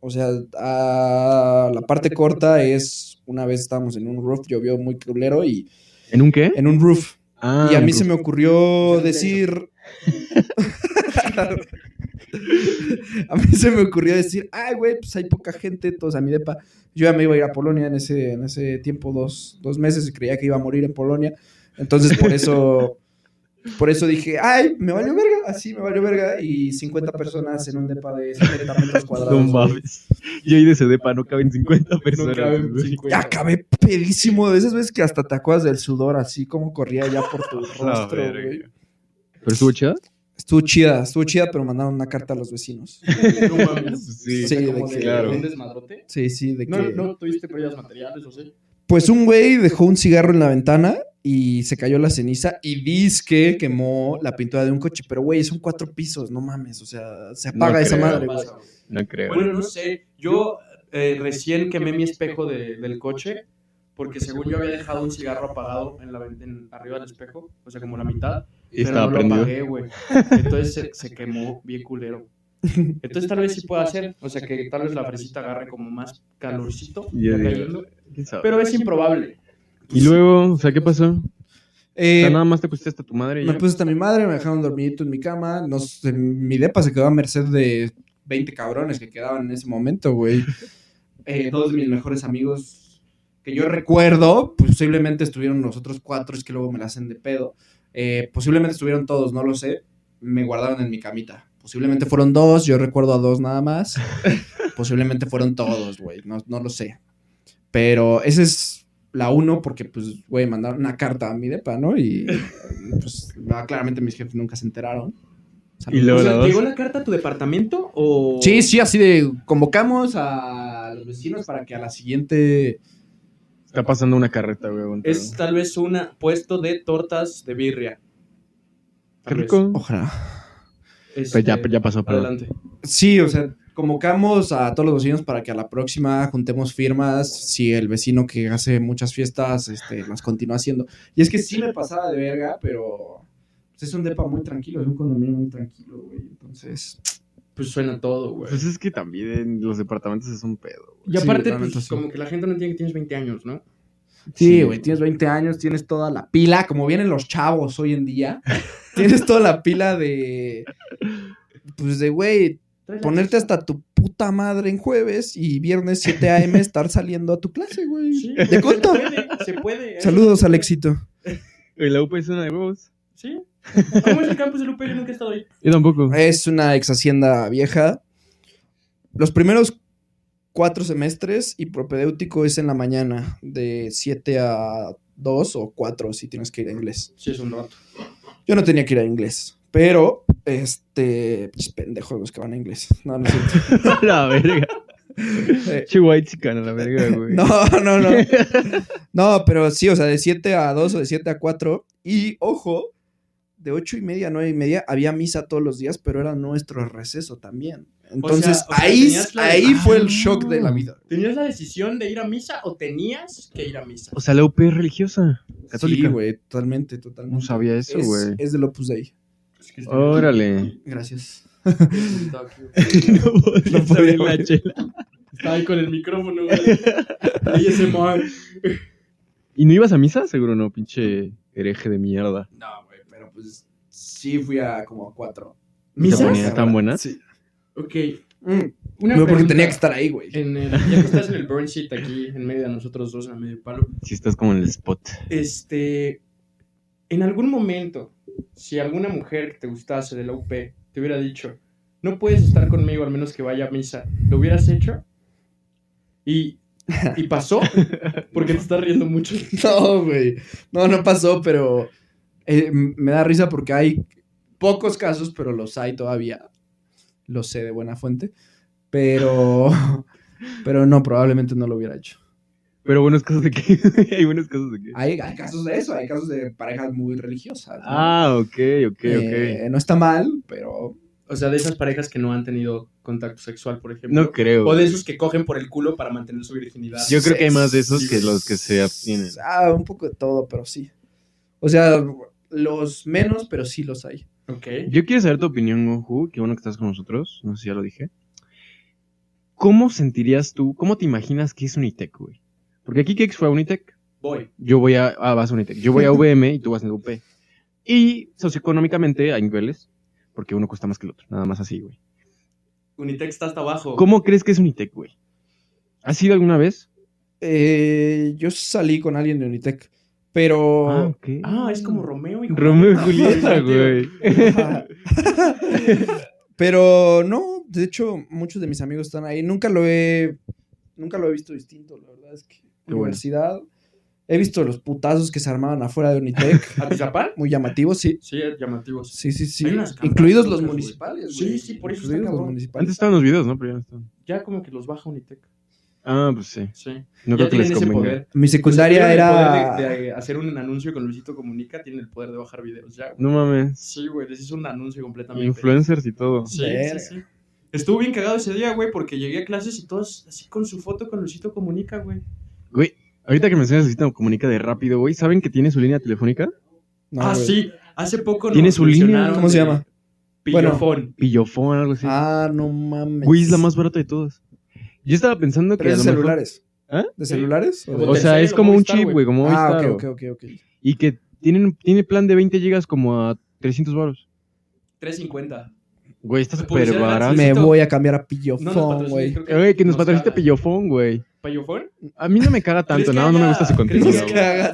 o sea, ah, la parte corta es una vez estábamos en un roof, llovió muy culero y... ¿En un qué? En un roof. Ah, y a mí en se me ocurrió decir... a mí se me ocurrió decir, ay, güey, pues hay poca gente, todos a mi depa. Yo ya me iba a ir a Polonia en ese, en ese tiempo, dos, dos meses, y creía que iba a morir en Polonia. Entonces, por eso, por eso dije, ay, me valió verga, así me valió verga. Y 50 personas en un depa de 70 metros No cuadrados. mames. Yo ahí de Cedepa no caben 50 personas. güey. Acabé pedísimo de esas veces que hasta te acuerdas del sudor, así como corría ya por tu rostro, verga. güey. ¿Pero estuvo chida? Estuvo chida, estuvo chida, pero mandaron una carta a los vecinos. No mames. Sí. Sí, como de de- que- claro. ¿Un desmadrote? Sí, sí, de que... No, no tuviste pérdidas materiales, o sí. Pues un güey dejó un cigarro en la ventana y se cayó la ceniza y dizque quemó la pintura de un coche. Pero, güey, son cuatro pisos, no mames. O sea, se No apaga esa creo. madre, No güey. pasa, güey. No creo. Bueno, no sé. Yo eh, recién quemé mi espejo de- del coche porque según yo había dejado un cigarro apagado en la, ven- en- arriba del espejo, o sea, como la mitad, y pero estaba no lo prendido. apagué, güey. Entonces se, se quemó bien culero. Entonces tal vez sí pueda hacer, o sea, que tal vez la fresita agarre como más calorcito. Yo ya digo. cayendo, ¿Quién sabe? pero es improbable. Y luego, o sea, ¿qué pasó? O pues, Eh, sea, nada más te pusiste hasta tu madre y me ya. puse hasta mi madre, me dejaron dormidito en mi cama. Nos, en mi depa se quedó a merced de 20 cabrones que quedaban en ese momento, güey. Eh, dos de mis mejores amigos que yo recuerdo, posiblemente estuvieron los otros cuatro, es que luego me la hacen de pedo. Eh, posiblemente estuvieron todos, no lo sé. Me guardaron en mi camita. Posiblemente fueron dos, yo recuerdo a dos nada más. posiblemente fueron todos, güey, no, no lo sé. Pero esa es la uno porque, pues, güey, mandaron una carta a mi depa, ¿no? Y pues ah, claramente mis jefes nunca se enteraron. Y luego O sea, la dos. ¿Llegó la carta a tu departamento o...? Sí, sí, así de convocamos a los vecinos para que a la siguiente. Está pasando una carreta, güey. un Es pedo. tal vez un puesto de tortas de birria. Qué rico. Ojalá. Este, Pues ya, ya pasó, perdón. Adelante. Sí, o sea, convocamos a todos los vecinos para que a la próxima juntemos firmas si el vecino que hace muchas fiestas este, las continúa haciendo. Y es que sí me pasaba de verga, pero pues, es un depa muy tranquilo, es un condominio muy tranquilo, güey. Entonces, Pues suena todo, güey. Pues es que también los departamentos es un pedo. güey. Y sí, aparte, la pues, neta sí. como que la gente no entiende que tienes 20 años, ¿no? sí, güey, tienes 20 años, tienes toda la pila, como vienen los chavos hoy en día, tienes toda la pila de, pues de, güey, ponerte hasta tu puta madre en jueves y viernes 7 a.m. estar saliendo a tu clase, güey. Sí, ¿De cuánto? Se puede, se puede. ¿eh? Saludos al éxito. Güey, La UP es una de huevos. Sí. ¿Cómo es el campus de Lupe? Yo nunca he estado ahí. Yo tampoco. Es una ex hacienda vieja. Los primeros cuatro semestres y propedéutico es en la mañana, de 7 a 2 o 4 si tienes que ir a inglés. Sí, es un rato. Yo no tenía que ir a inglés, pero, este, pues, pendejos los que van a inglés. No, no es cierto. la verga. Eh, Che, white chican a la verga, güey. No, no, no. No, pero sí, o sea, de 7 a 2 o de 7 a 4. Y ojo, de 8 y media a 9 y media había misa todos los días, pero era nuestro receso también. Entonces o sea, ahí, tenías la- ahí fue el Ah. shock de la vida. ¿Tenías la decisión de ir a misa o tenías que ir a misa? Oh. O sea, la UP es religiosa. Católica. Sí, güey, totalmente, totalmente. no sabía eso, Es- güey. Es, del Opus Dei. Es que estoy- Órale. Gracias. estoy aquí, güey. no podía No podía abrir ver. la chela. Estaba ahí con el micrófono, güey. Ahí ese man. ¿Y no ibas a misa? Seguro no, pinche hereje de mierda. No, güey, pero pues sí fui a como a 4. ¿Misas? ¿Tan buenas? Sí. Ok. Mm, Una no, porque pregunta. tenía que estar ahí, güey. En el, ya que estás en el burn sheet aquí, en medio de nosotros dos, en el medio del palo. Si estás como en el spot. Este. En algún momento, si alguna mujer que te gustase de la UP te hubiera dicho, no puedes estar conmigo al menos que vaya a misa, ¿lo hubieras hecho? Y. ¿Y pasó? Porque te estás riendo mucho. No, güey. No, no pasó, pero eh, m- me da risa porque hay pocos casos, pero los hay todavía. Lo sé de buena fuente. Pero, pero no, probablemente no lo hubiera hecho. Pero buenos casos de qué. Hay buenos casos de qué. Hay, hay casos de eso, hay casos de parejas muy religiosas. ¿no? Ah, ok, ok, ok. Eh, no está mal, pero O sea, de esas parejas que no han tenido contacto sexual, por ejemplo. No creo. O de esos que cogen por el culo para mantener su virginidad. Yo creo que hay más de esos Sí. que los que se abstienen. ah, un poco de todo, pero sí. O sea, los menos, pero sí los hay. Ok. Yo quiero saber tu opinión, Goku, que bueno que estás con nosotros, no sé si ya lo dije. ¿Cómo sentirías tú, cómo te imaginas que es Unitec, güey? Porque aquí Kex fue a Unitec, Voy. yo voy a, ah, vas a Unitec, yo voy a VM y tú vas a UP. Y socioeconómicamente hay niveles, porque uno cuesta más que el otro, nada más así, güey. Unitec está hasta abajo. ¿Cómo crees que es Unitec, güey? ¿Has ido alguna vez? Eh, yo salí con alguien de Unitec, pero... Ah, ok. Ah, es como Romeo y Romeo y Julieta, güey. Ajá. Pero no, de hecho, muchos de mis amigos están ahí. Nunca lo he, nunca lo he visto distinto, la verdad es que bueno. universidad. He visto los putazos que se armaban afuera de Unitec, ¿Atizapán? muy llamativos, sí. Sí, es llamativo. Sí, sí. sí, sí. Hay unas campanas Incluidos los locas, güey. municipales, Sí, güey. sí, por eso está Incluidos los cabrón. municipales. Antes estaban los videos, ¿no? Pero ya no están. Ya como que los baja Unitec. Ah, pues sí. Sí. No ya creo que les tienen ese convenga. poder. Mi Tienen secundaria el Pues era... Ah, Ah, poder de, de hacer un anuncio con Luisito Comunica, tienen el poder de bajar videos. Ya. güey. No mames. Sí, güey, les hizo un anuncio completamente. Influencers y todo. Sí, Verga. sí, sí. Estuvo bien cagado ese día, güey, porque llegué a clases y todos así con su foto con Luisito Comunica, güey. Güey, ahorita que mencionas el sistema comunica de rápido, güey, ¿saben que tiene su línea telefónica? No, ah, güey. sí. Hace poco Tiene su línea, mencionaron ¿cómo se de llama? Pillofón. Pillofón, algo así. Ah, no mames. güey, es la más barata de todas. Yo estaba pensando que. Pero a es de lo mejor- celulares. ¿Eh? ¿De celulares? O de- O sea, es Telcel o como un Movistar, chip, güey. güey, como Ah, Movistar, ok, güey. ok, ok, ok. Y que tienen, tiene plan de 20 gigas como a 300 baros. 350. Güey, está La súper publicidad barato. gratis. Me Luisito. voy a cambiar a No nos pillofón, patrocina, güey. creo Güey, que nos patrocina caga. Pillofón, güey. ¿Pillofón? A mí no me cara ¿Crees tanto, que nada, no me haya- gusta su crees contenido. que güey. haya-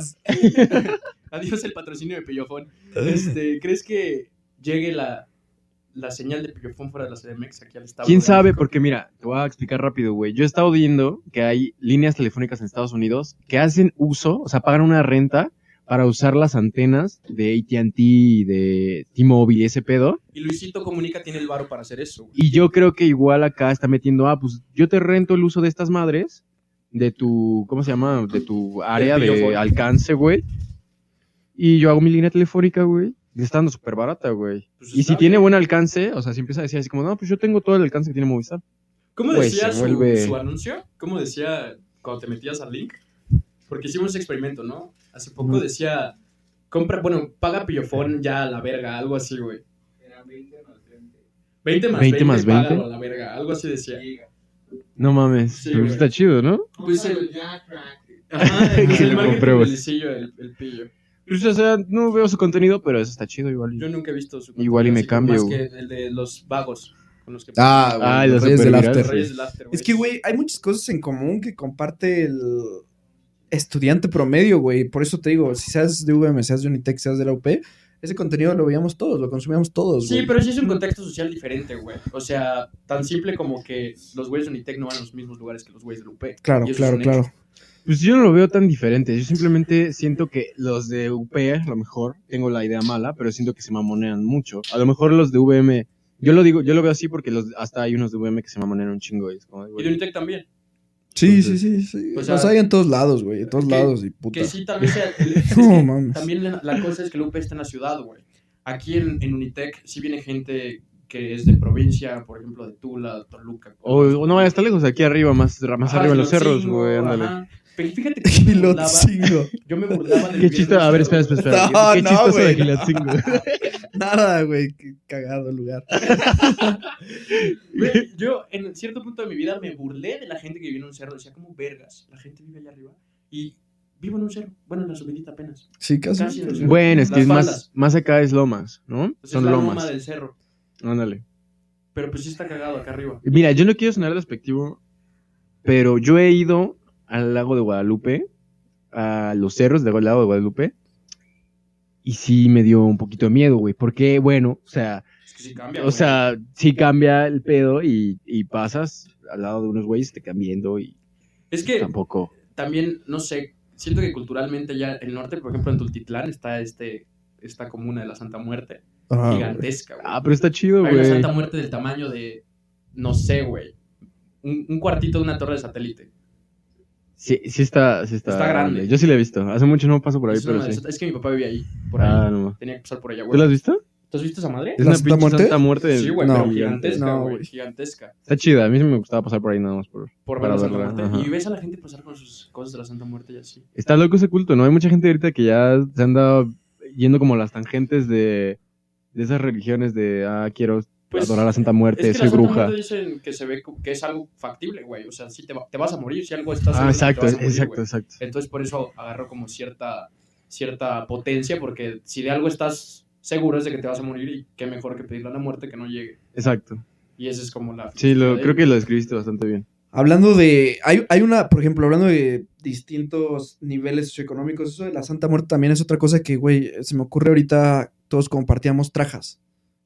Adiós el patrocinio de Pillofón. Este, ¿Crees que llegue la, la señal de Pillofón fuera de la CDMX aquí al estado? ¿Quién de sabe? México? Porque mira, te voy a explicar rápido, güey. Yo he estado viendo que hay líneas telefónicas en Estados Unidos que hacen uso, o sea, pagan una renta para usar las antenas de ATT y de T-Mobile y ese pedo. Y Luisito Comunica tiene el varo para hacer eso, güey. Y yo creo que igual acá está metiendo, ah, pues yo te rento el uso de estas madres, de tu, ¿cómo se llama? De tu área de pillofón. alcance, güey. Y yo hago mi línea telefónica, güey. y Está dando súper barata, güey. Pues y está si tiene bien. buen alcance, o sea, si empieza a decir así como, no, pues yo tengo todo el alcance que tiene Movistar. ¿Cómo Güey, decía se su, vuelve- su anuncio? ¿Cómo decía cuando te metías al link? Porque hicimos ese experimento, ¿no? Hace poco decía, compra, bueno, paga pillofón ya a la verga, algo así, güey. Eran 20 más 20. 20 más 20, 20 más 20. págalo a la verga, algo así decía. Llega. No mames, Sí, pero güey. está chido, ¿no? Pues Cómpralo el- ya, crack. Ajá, Que lo el marketing compruebas. publicillo, el, el pillo. Pues, o sea, no veo su contenido, pero eso está chido igual. Yo nunca he visto su Igual y me contenido, así que cambio, Más que el de los vagos, con los que... Ah, Ah, güey, los los Reyes del supervirales. After. los reyes del after, Es que, güey, hay muchas cosas en común que comparte el estudiante promedio, güey. Por eso te digo, si seas de UVM, seas de Unitec, seas de la UP, ese contenido lo veíamos todos, lo consumíamos todos, Sí, güey. pero sí es un contexto social diferente, güey. O sea, tan simple como que los güeyes de Unitec no van a los mismos lugares que los güeyes de UP. Claro, Y eso claro, es un claro. Pues yo no lo veo tan diferente. Yo simplemente siento que los de UP, a lo mejor, tengo la idea mala, pero siento que se mamonean mucho. A lo mejor los de VM, yo lo digo, yo lo veo así porque los, hasta hay unos de VM que se mamonean un chingo. y es como, Y güey, de Unitec también. Sí, sí, Entonces, sí, sí. o Los sea, hay en todos lados, güey, en todos que- lados y puta. Que sí, también sea... el- es No que mames. También la, la cosa es que la UP está en la ciudad, güey. Aquí en, en Unitec sí viene gente que es de provincia, por ejemplo, de Tula, Toluca. O, o no vayas tan lejos, aquí arriba, más, más Ajá, arriba en los Gilotzingo, cerros, güey, ándale. ajá. Pero fíjate que yo me burlaba, Gilotzingo. yo me burlaba del Qué chistoso, a ver, espera, espera, espera. No, qué no, chistoso de güey. Gilotzingo. Nada, güey, qué cagado lugar. Güey, Yo, en cierto punto de mi vida, me burlé de la gente que vive en un cerro. Decía, como vergas, la gente vive allá arriba. Y vivo en un cerro. Bueno, en la subidita apenas. Sí, casi. Casi, pues, o sea. güey. Bueno, es que Las es más, faldas. más acá es lomas, ¿no? Pues Son es la loma lomas. del cerro. Ándale. Pero pues sí está cagado acá arriba. Mira, yo no quiero sonar despectivo, pero yo he ido al lago de Guadalupe, a los cerros del lago de Guadalupe, y sí me dio un poquito de miedo, güey, porque, bueno, o sea, Es que sí cambia. o güey. sea, sí cambia el pedo y, y pasas al lado de unos güeyes te cambiando y es que tampoco. también, no sé, siento que culturalmente ya el norte, por ejemplo, en Tultitlán está este, esta comuna de la Santa Muerte. Ajá, güey. gigantesca, güey. Ah, pero está chido, Hay una güey. Santa Muerte del tamaño de, no sé, güey, un, un cuartito de una torre de satélite. Sí, sí está, sí está, Está grande. Yo sí la he visto. Hace mucho no paso por ahí, es, una pero madre- sí. es que mi papá vivía ahí, por ahí. Ah, no. ma. Tenía que pasar por allá, ¿Tú la güey. has visto? ¿Tú has visto esa madre? Es ¿La una Santa pinche Muerte? Santa Muerte. del- Sí, güey, no, pero güey. gigantesca, No, güey, güey. gigantesca. Está chida. A mí sí me gustaba pasar por ahí nada más por Por ver Para la Santa verla, Muerte. ajá. Y ves a la gente pasar con sus cosas de la Santa Muerte y así. Está loco ese culto, ¿no? Hay mucha gente ahorita que ya se anda yendo como a las tangentes de, de esas religiones de, ah, quiero Pues, adorar a Santa Muerte, Es que soy la Santa bruja. Muerte dicen que se ve co- que es algo factible, güey. O sea, si te, va- te vas a morir, si algo estás... Ah, seguro que exacto, te vas a morir, exacto, güey. exacto. Entonces por eso agarro como cierta, cierta potencia, porque si de algo estás seguro es de que te vas a morir y qué mejor que pedirle a la muerte que no llegue. Exacto. Y esa es como la... Sí, lo, la- creo que lo describiste bastante bien. Hablando de. Hay, hay una, por ejemplo, hablando de distintos niveles socioeconómicos, eso de la Santa Muerte también es otra cosa que, güey, se me ocurre ahorita, todos compartíamos trajas.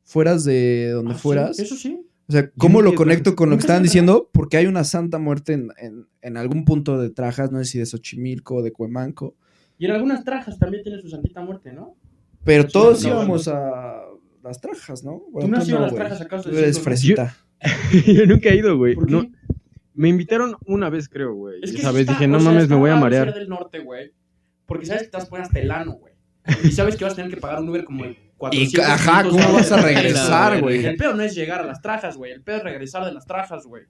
Fueras de donde Ah, sí, fueras. eso sí. O sea, ¿cómo nunca lo he conecto trajes. con lo que ¿Nunca has estaban ido a diciendo? Porque hay una Santa Muerte en, en- en algún punto de trajas, no sé si de Xochimilco, de Cuemanco. Y en algunas trajas también tiene su santita muerte, ¿no? Pero Sí, todos no, íbamos a las trajas, ¿no? Bueno, tú no has ido a las güey. trajas acaso. Tú eres Yo- fresita. Yo nunca he ido, güey. ¿Por qué? No, me invitaron una vez, creo, güey. Es que Esa sí vez está- dije, o no sea, mames, está me voy a raro marear. ser del norte, güey. Porque sabes que te vas a poner hasta el ano, güey. Y sabes que vas a tener que pagar un Uber como de 400 ajá, puntos, ¿cómo güey, vas a de la regresar, peda, güey? El pedo no es llegar a las trajas, güey. El pedo es regresar de las trajas, güey.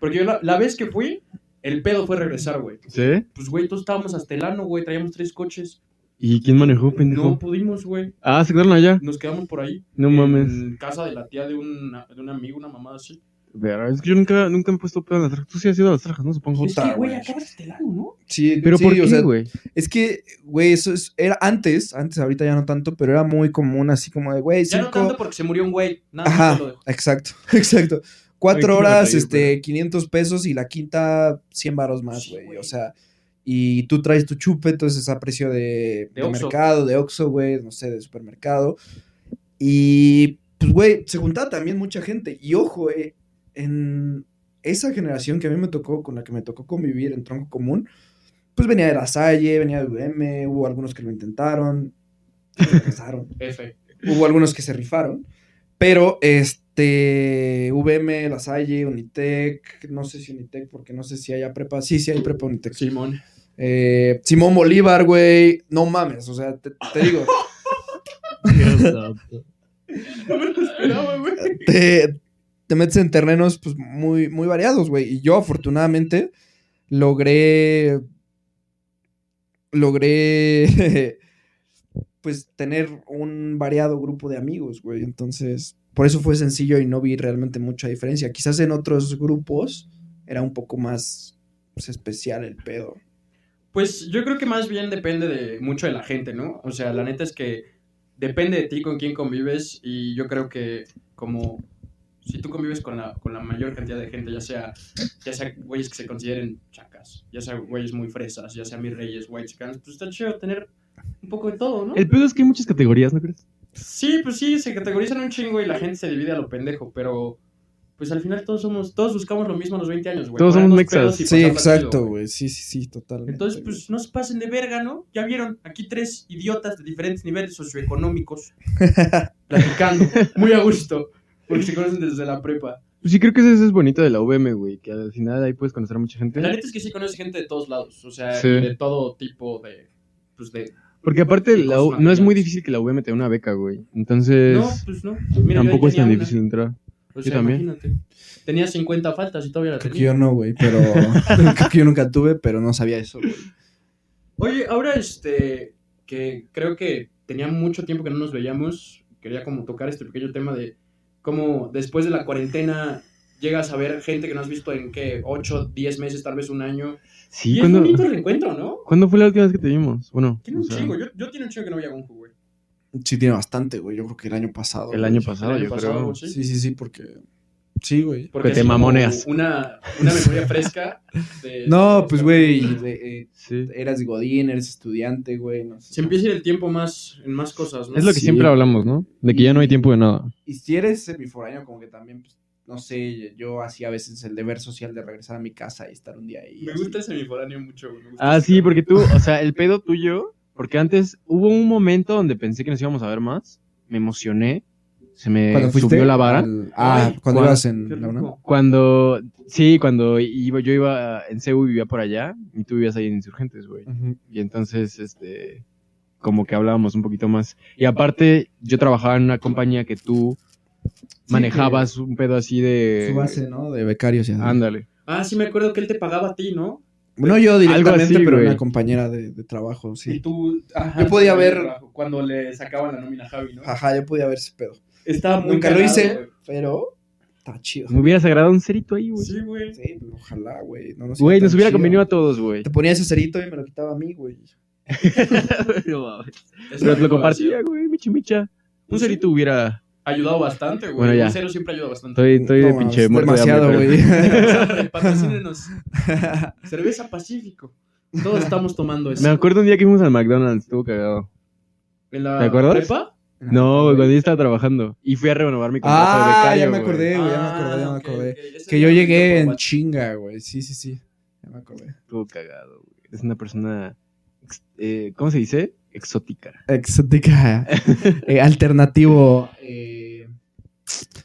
Porque yo la, la vez que fui, el pedo fue regresar, güey. ¿Sí? Pues, güey, todos estábamos hasta el ano, güey. Traíamos tres coches. ¿Y quién manejó, pendejo? No pudimos, güey. Ah, se quedaron allá. Nos quedamos por ahí. No en mames. casa de la tía de un, de un amigo, una mamada así. Verga, es que yo nunca, nunca me he puesto pedo en las trajas. Tú sí has ido a las trajas, ¿no? Supongo. es que, güey, güey. acabas hasta el ano, ¿no? Sí, Pero sí, ¿por o qué, sea, güey? Es que, güey, eso es, era antes, antes ahorita ya no tanto, pero era muy común, así como de, güey, Ya no cinco... tanto porque se murió un güey. Nada, más Ajá, te lo dejo. exacto, exacto. Cuatro Ay, qué horas, maravilla, este, 500 pesos y la quinta, 100 varos más, Sí, güey. güey. o sea, y tú traes tu chupe, entonces a precio de, de Oxxo. mercado, de Oxxo, güey, no sé, de supermercado. Y, pues, güey, se juntaba también mucha gente. Y ojo, eh, en esa generación que a mí me tocó, con la que me tocó convivir en tronco común, pues venía de la Salle, venía de UM, hubo algunos que lo intentaron, fracasaron F. hubo algunos que se rifaron, pero este, VM, La Salle, Unitec, no sé si Unitec, porque no sé si haya prepa, sí, sí hay prepa Unitec. Simón. Eh, Simón Bolívar, güey, no mames, o sea, te, te digo, No me lo esperaba, güey. te- te metes en terrenos pues, muy, muy variados, güey. Y yo afortunadamente logré, logré, pues, tener un variado grupo de amigos, güey. Entonces, por eso fue sencillo y no vi realmente mucha diferencia. Quizás en otros grupos era un poco más pues, especial el pedo. Pues yo creo que más bien depende de mucho de la gente, ¿no? O sea, la neta es que depende de ti con quién convives y yo creo que como si tú convives con la, con la mayor cantidad de gente, ya sea, ya sea güeyes que se consideren chacas, ya sea güeyes muy fresas, ya sea mis reyes, white chicanos, pues está chido tener un poco de todo, ¿no? El pedo es que hay muchas categorías, ¿no crees? Sí, pues sí, se categorizan un chingo y la gente se divide a lo pendejo, pero pues al final todos somos, todos buscamos lo mismo a los 20 años, güey. Todos somos Ponernos mexas. pedos y Sí, pasarla exacto, chido, güey. Sí, sí, sí, totalmente. Entonces, güey. pues no se pasen de verga, ¿no? Ya vieron, aquí tres idiotas de diferentes niveles socioeconómicos platicando, muy a gusto, porque se conocen desde la prepa. Pues sí, creo que eso eso es bonito de la VM, güey, que al final ahí puedes conocer a mucha gente. La neta es que sí conoces gente de todos lados, o sea, Sí. de todo tipo de. Pues de. Porque aparte Y la cosas U- no es muy materiales. difícil que la VM te dé una beca, güey. Entonces, No, pues no. Mira, yo ahí tampoco es tenía tan una. difícil entrar. O Yo sea, también. imagínate. Tenía 50 faltas y todavía la Creo que tenía. yo no, güey, pero. creo que yo nunca tuve, pero no sabía eso, güey. Oye, ahora este, que creo que tenía mucho tiempo que no nos veíamos, quería como tocar este pequeño tema de cómo después de la cuarentena llegas a ver gente que no has visto en qué, 8, 10 meses, tal vez un año. Sí, y es ¿cuándo, bonito el encuentro, ¿no? ¿cuándo fue la última vez que te vimos? Bueno, Tiene o un sea, chingo, yo, yo tiene un chingo que no veía a Gonju, güey. Sí, tiene bastante, güey. Yo creo que el año pasado. el güey. año pasado, El año yo pasado, creo. algo así. Sí, sí, sí, porque. Sí, güey. Porque Que te así como mamoneas. Una, una memoria fresca. de- No, de- pues, güey, de- eh, Sí. eras godín, eres estudiante, güey. No sé. Se empieza a ir el tiempo más, en más cosas, ¿no? Es lo que Sí. siempre hablamos, ¿no? De que ya no hay tiempo de nada. Y si eres semiforaño, como que también, pues, no sé, yo hacía a veces el deber social de regresar a mi casa y estar un día ahí. Me así. gusta el semiforáneo mucho, güey. me gusta Ah, el sí, porque tú, o sea, el pedo tuyo, porque antes hubo un momento donde pensé que nos íbamos a ver más, me emocioné, se me Cuando fuiste. Eh, subió la vara. al- Ah, Ay, cuando Juan, ibas semiforáneo. Qué en la UNAM. rico. Cuando, sí, cuando iba, yo iba en CEU y vivía por allá, y tú vivías ahí en Insurgentes, güey. Ujú. Y entonces, este, como que hablábamos un poquito más. Y aparte, yo trabajaba en una compañía que tú manejabas un pedo así de... Su base, ¿no? De becarios y así. Ándale. Ah, sí, me acuerdo que él te pagaba a ti, ¿no? No yo directamente, así, pero güey. una compañera de, de trabajo, Y sí. tú. ajá, Yo podía tú ver- trabajo, Cuando le sacaban la nómina a Javi, ¿no? Ajá, yo podía ver ese pedo. Estaba Ah, muy Nunca lo cagado, hice, güey. pero está chido. Me hubiera sagrado un cerito ahí, güey. Sí, güey. Sí, pero ojalá, güey. No iba Güey, nos tan hubiera chido. convenido a todos, güey. Te ponía ese cerito y me lo quitaba a mí, güey. Eso Pero te lo también compartía, hacía. güey, micha micha. Un cerito hubiera... Ayudado bastante, güey. Bueno, ya. El cero siempre ayuda bastante. Estoy, estoy de No, pinche mames, muerto de hambre, Demasiado, pero- güey. Patrocínenos. Cerveza Pacífico. Todos estamos tomando eso. Me acuerdo un día que fuimos al McDonald's, estuvo cagado. ¿En la ¿Te acuerdas? prepa? No, güey, cuando yo estaba trabajando. Y fui a renovar mi contrato de Ah, becario, ya me güey. acordé, güey. Ya me Ah, acordé, ya me ok, acordé. ok. Ese Que día yo me llegué tocó en guacho. chinga, güey. Sí, sí, sí. Ya me acordé. Estuvo cagado, güey. Es una persona... ex- eh, ¿Cómo se dice? Exótica. Exótica. eh, alternativo. eh,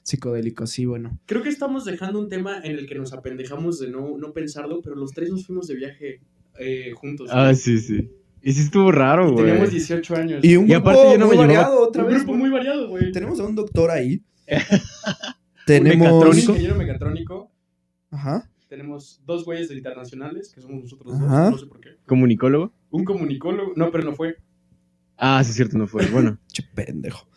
psicodélico, sí, bueno. Creo que estamos dejando un tema en el que nos apendejamos de no, no pensarlo, pero los tres nos fuimos de viaje eh, juntos. Ah, güey. sí, sí. Y sí estuvo raro, Y Teníamos güey. 18 años. Y un Y grupo aparte yo no muy me llevaba- variado otra un vez. grupo güey. muy variado, güey. Tenemos a un doctor ahí. Un Tenemos. mecatrónico. ingeniero mecatrónico. Ajá. Tenemos dos güeyes de internacionales, que somos nosotros Ajá. dos, no sé por qué. ¿Comunicólogo? Un comunicólogo, no, pero no fue. Ah, sí, es cierto, no fue. Bueno. Che, pendejo.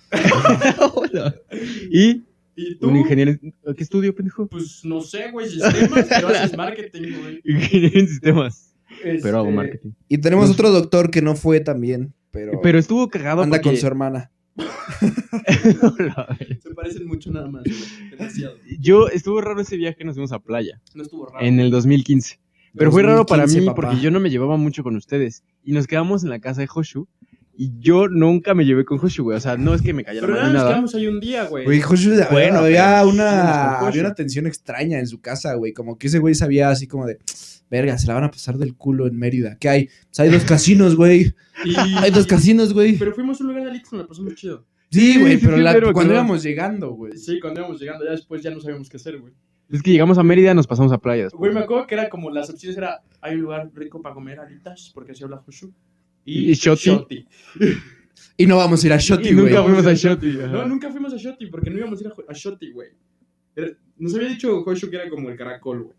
y Y tú, un ingeniero. en- ¿Qué estudio, pendejo? pues no sé, güey, sistemas, pero haces marketing, güey. Ingeniero en sistemas. Este, Pero hago marketing. Y tenemos Nos- otro doctor que no fue también, pero, Pero estuvo cagado. anda con porque- su hermana. Se parecen mucho nada más, güey. Demasiado. Yo estuvo raro ese viaje, nos fuimos a playa. No estuvo Ah. raro. En el 2015. Pero fue raro para mí 2015, porque papá. yo no me llevaba mucho con ustedes. Y nos quedamos en la casa de Hoshu. Y yo nunca me llevé con Hoshu, güey. O sea, no es que me cayera Pero mal nada, ni nos nada. quedamos ahí un día, güey. Güey, Joshua, había- Bueno, había, pero- una, Con Joshua. había una tensión extraña en su casa, güey. Como que ese güey sabía así como de, verga, se la van a pasar del culo en Mérida. ¿Qué hay? Pues hay dos casinos, güey. Y- Hay dos casinos, güey. Pero fuimos a un lugar de Alix, nos la pasamos chido. Sí, güey, sí, pero sí, la- pero me cuando acuerdo. íbamos llegando, güey. Sí, cuando íbamos llegando, ya después ya no sabíamos qué hacer, güey. Es que llegamos a Mérida, nos pasamos a playas. Güey, me acuerdo que era como las opciones era, hay un lugar rico para comer alitas, porque así habla Joshu. Y Shoti. Y no vamos a ir a Y Shoti, güey. nunca fuimos a Shoti. ajá. No, nunca fuimos a Shoti porque no íbamos a ir a, Ju- a Shoti, güey. Era- Nos había dicho Joshua que era como el caracol, güey.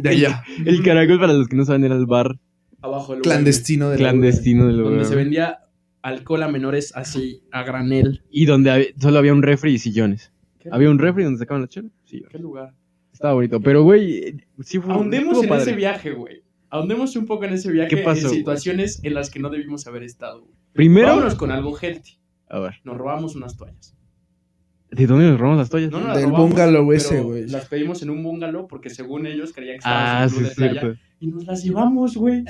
De allá. El caracol, para los que no saben, era el bar Abajo del Clandestino de la- clandestino del Donde lugar. se vendía alcohol a menores así, a granel. Y donde hab- solo había un refri y sillones. ¿Qué? ¿Había un refri donde sacaban la chela? Sí, ¿Qué lugar? estaba bonito. Pero, güey, eh, sí fue Ah, Ahondemos estuvo en padre. ese viaje, güey. Ahondemos un poco en ese viaje. ¿Qué pasó, En güey? situaciones en las que no debimos haber estado, güey. Primero, Vámonos con algo healthy. a ver, Nos robamos unas toallas. ¿de dónde nos robamos las toallas? No, no las Del robamos, bungalow pero ese, güey. Las pedimos en un bungalow porque según ellos creían que estábamos ah, en un sí, club es de playa. cierto. Y nos las llevamos, güey.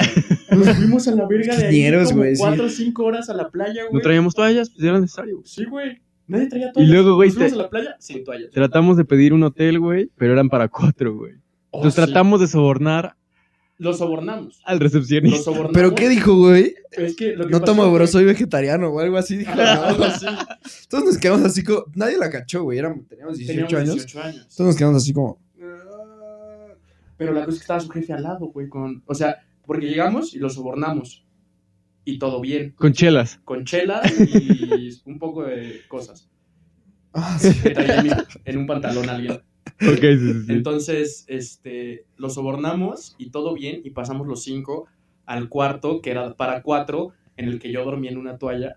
Nos fuimos a la verga de ahí Quiñeros, como güey, sí. cuatro o cinco horas a la playa, No güey. traíamos toallas, pues era necesario. Sí, güey. Nadie traía toallas. luego, güey, Nos fuimos te- a la playa sin toallas. Tratamos de pedir un hotel, güey, pero eran para cuatro, güey. Oh, Entonces sí. tratamos de sobornar Lo sobornamos. al Lo recepcionista. sobornamos. ¿Pero qué dijo, güey? Es que lo que No pasó tomo, fue- bro, soy vegetariano o algo así. Dijo, Ajá, algo ¿no? así. Entonces nos quedamos así como... Nadie la cachó, güey. éramos- Teníamos 18 pues, Teníamos años. 18 años. Entonces nos quedamos así como... Pero la cosa es que estaba su jefe al lado, güey. Con... O sea, porque llegamos y lo sobornamos. Y todo bien. Con chelas. Con chelas y un poco de cosas. Ah, sí. Que traía en mi- en un pantalón alguien. Ok, sí, sí, sí. Entonces, este, lo sobornamos y todo bien. Y pasamos los cinco al cuarto, que era para cuatro, en el que yo dormía en una toalla.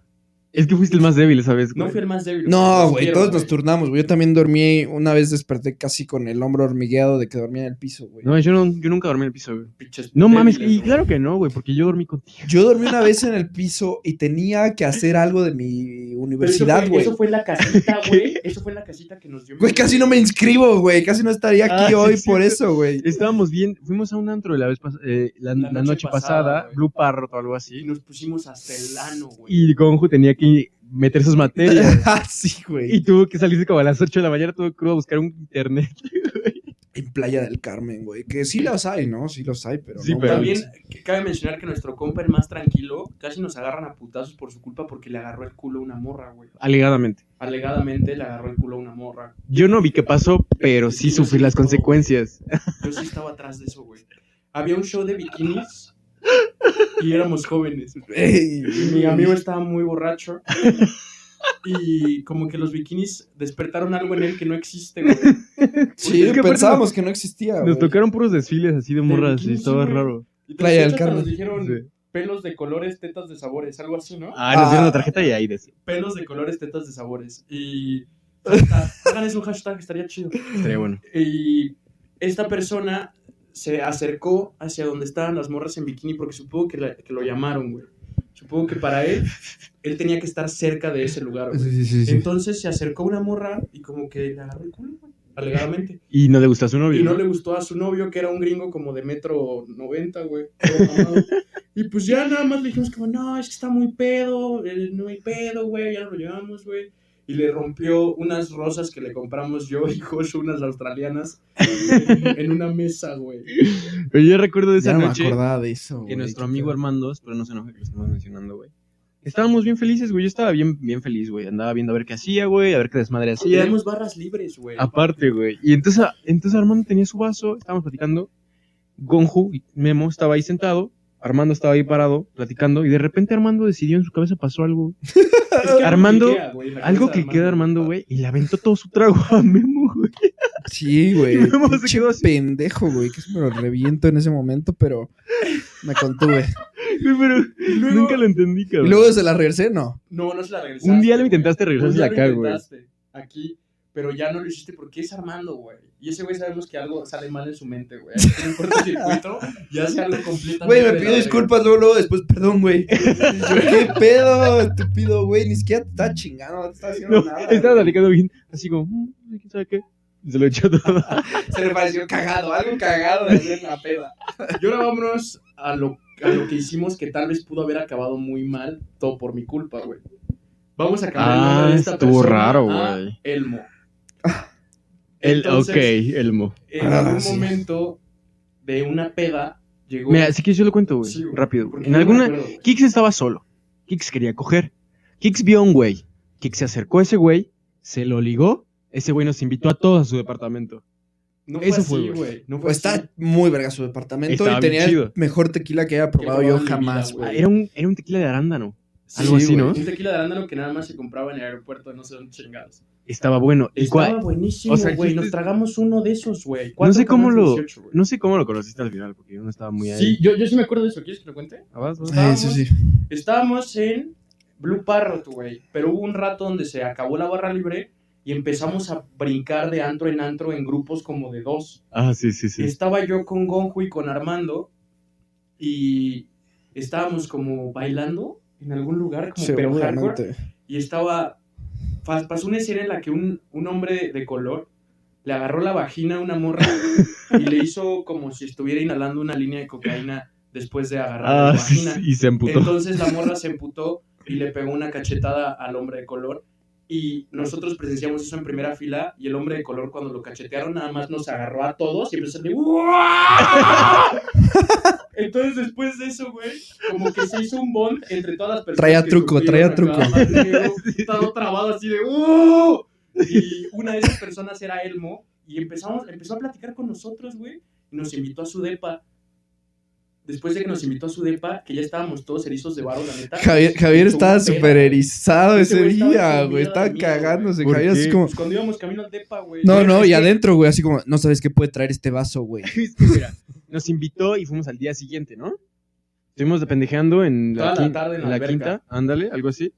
Es que fuiste el más débil esa vez, No güey. fui el más débil. No, los güey, quiero, todos nos turnamos, güey. Yo también dormí, una vez desperté casi con el hombro hormigueado de que dormía en el piso, güey. No, yo, no- yo nunca dormí en el piso, güey. Pinches No mames, débiles, y ¿no? claro que no, güey, porque yo dormí contigo. Yo dormí una vez en el piso y tenía que hacer algo de mi Pero eso universidad, fue- güey. Eso fue en la casita, güey. Eso fue en la casita que nos dio. mi Güey, casi no me inscribo, güey. Casi no estaría aquí Ah, hoy sí, por sí. eso, güey. Estábamos bien, fuimos a un antro la vez pas- eh, la, la noche, pasada, güey. Blue Parrot o algo Y así. nos pusimos hasta el ano, güey. Y Gonju tenía que meter sus materias. Ah, sí, y güey. tuvo que salirse como a las 8 de la mañana, tuvo que ir a buscar un internet. En Playa del Carmen, güey. Que sí los hay, ¿no? Sí los hay, pero. Sí, no, pero- mames. También que cabe mencionar que nuestro compa, el más tranquilo, casi nos agarran a putazos por su culpa porque le agarró el culo a una morra, güey. Alegadamente. Alegadamente le agarró el culo a una morra. Yo no vi qué pasó, pero sí sufrí las consecuencias. Yo sí estaba atrás de eso, güey. Había un show de bikinis y éramos jóvenes. Ey, Y mi amigo estaba muy borracho. Y como que los bikinis despertaron algo en él que no existe, güey. Sí, Es que aparte pensábamos que no existía, Nos güey. tocaron puros desfiles así de morras y bikinis, estaba güey. raro. Y Playa de del hecho hasta Carmen. nos dijeron Sí. pelos de colores, tetas de sabores, algo así, ¿no? Ah, nos dieron Ah. la tarjeta y ahí decía. pelos de colores, tetas de sabores. Y. hashtag, Hagan eso un hashtag, estaría chido. Estaría bueno. Y esta persona se acercó hacia donde estaban las morras en bikini porque supongo que, la- que lo llamaron, güey. Supongo que para él, él tenía que estar cerca de ese lugar, güey. Sí, sí, sí, sí. Entonces se acercó una morra y como que le agarró el culo, güey, alegadamente. Y no le gustó a su novio. Y no ¿no? le gustó a su novio, que era un gringo como de metro 90, güey. todo mamado. Y pues ya nada más le dijimos como, no, es que está muy pedo, eh, no hay pedo, güey, ya lo llevamos, güey. Y le rompió unas rosas que le compramos yo y Josh, unas australianas, en, en una mesa, güey. Pero yo recuerdo de esa Ya no noche. me acordaba de eso, que güey. nuestro Qué amigo pedo. Armando, espero no se enoje que lo estamos mencionando, güey. Estábamos bien felices, güey. Yo estaba bien, bien feliz, güey. Andaba viendo a ver qué hacía, güey, a ver qué desmadre Y hacía. tenemos barras libres, güey. Aparte, güey. Y entonces, ah, entonces Armando tenía su vaso, estábamos platicando. Gonju, y Memo, estaba ahí sentado. Armando estaba ahí parado, platicando. Y de repente Armando decidió en su cabeza pasó algo. Es que Armando, idea, güey, la Algo cabeza que de queda Armando, güey. Y le aventó todo su trago a Memo, güey. Sí, güey. Y luego se Pinche quedó así. pendejo, güey. Que se me lo reviento en ese momento, pero me contuve. Güey, Pero luego- nunca lo entendí, y cabrón. luego se la regresé, no. No, no se la regresaste. Un día lo güey. intentaste Un regresarse día acá, lo güey. intentaste aquí, pero ya no lo hiciste porque es Armando, güey. Y ese güey sabemos que algo sale mal en su mente, güey. En un cortocircuito ya hace algo completamente. Güey, me de la pido verga. disculpas luego, luego después, perdón, güey. Yo, ¿Qué pedo, estúpido, güey? Ni siquiera te estaba chingando, no te estaba haciendo No, nada. estaba güey. platicando bien, así como, "Mm, ¿quién sabe qué? Y Se lo echó todo. Se le pareció cagado, algo cagado de hacer la peda. Y ahora vámonos a lo, a lo que hicimos que tal vez pudo haber acabado muy mal, todo por mi culpa, güey. Vamos a cambiar el nombre Ah, de esta estuvo persona raro, a güey. Elmo. El, Entonces, ok, Elmo. En Ah, algún sí. momento de una peda llegó. Mira, si quieres yo lo cuento, güey. Sí, güey, Rápido. güey. porque En yo me alguna. acuerdo, güey. Kix estaba solo. Kix quería coger. Kix vio a un güey. Kix se acercó a ese güey, se lo ligó. Ese güey nos invitó a todos a su departamento. No eso fue fue, así, güey. güey. No fue Pues así. está muy verga su departamento Estaba y bien tenía el chido. mejor tequila que haya probado Que he yo probado en mi jamás, vida, güey. güey. Ah, Era un, era un tequila de arándano. Sí, algo así, güey. ¿no? Un tequila de arándano que nada más se compraba en el aeropuerto, no sé dónde chingados. estaba bueno. Y cua- Estaba buenísimo, o sea, güey. sí, Nos sí. tragamos uno de esos, güey. No sé cómo lo- 418, güey. No sé cómo lo conociste al final, porque yo no estaba muy ahí. Ah, Sí, yo, yo sí me acuerdo de eso. ¿Quieres que lo cuente? Abajo. Pues Eh, sí, sí. Estábamos en Blue Parrot, güey. Pero hubo un rato donde se acabó la barra libre y empezamos a brincar de antro en antro en grupos como de dos. Ah, sí, sí, sí. Estaba yo con Gonju y con Armando y estábamos como bailando en algún lugar, como pero hardcore. Seguramente. Y estaba. fa- Pasó una escena en la que un, un hombre de color le agarró la vagina a una morra y le hizo como si estuviera inhalando una línea de cocaína después de agarrar Ah, la sí, vagina. sí, y se emputó. Entonces la morra se emputó y le pegó una cachetada al hombre de color. Y nosotros presenciamos eso en primera fila. Y el hombre de color, cuando lo cachetearon, nada más nos agarró a todos y empezó a decir Entonces, después de eso, güey, como que se hizo un bond entre todas las personas. Traía que truco, supieron traía acá, Diego, Estaba trabado así de "Uh". Y una de esas personas era Elmo. Y empezamos, empezó a platicar con nosotros, güey. Y nos invitó a su depa. Después de que nos invitó a su depa, que ya estábamos todos erizos de varo, la neta. Javier, Javier Tuvo estaba pena. súper erizado Ese ese güey estaba día, güey. con miedo de Estaba mí, cagándose. ¿Por Javier qué? así como... Pues cuando íbamos camino al depa, güey. No, no, y adentro, güey, así como, no sabes qué puede traer este vaso, güey. Es que mira, nos invitó y fuimos al día siguiente, ¿no? Estuvimos pendejeando en la, Toda la quin- tarde en en la la alberca. quinta, ándale, algo así.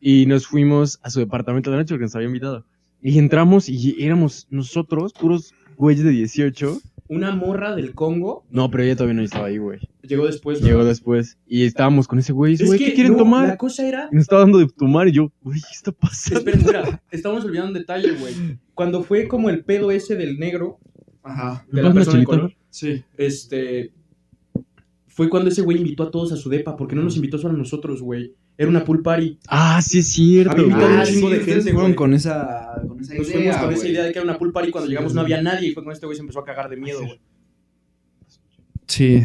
Y nos fuimos a su departamento de la noche porque nos había invitado. Y entramos y éramos nosotros, puros güeyes de 18. Una morra del Congo No, pero ella todavía no estaba ahí, güey. llegó después. Llegó después. Y estábamos con ese güey. y dice, güey, ¿qué quieren no, tomar? La cosa era. Y nos estaba dando de tomar. Y yo, güey, ¿qué está pasando? Espera, espera, estamos olvidando un detalle, güey. Cuando fue como el pedo ese del negro, Ajá. de la ¿Más persona de chilito? color, Sí. este. Fue cuando ese güey invitó a todos a su depa, porque no nos invitó solo a nosotros, güey. Era una pool party. Ah, sí es cierto, Había güey. invitado Ah, un sí, chingo de ustedes gente, fueron güey. con esa, con esa idea, Nos fuimos con esa güey. idea de que era una pool party. Cuando llegamos no había nadie y fue cuando este güey se empezó a cagar de miedo, güey. Sí.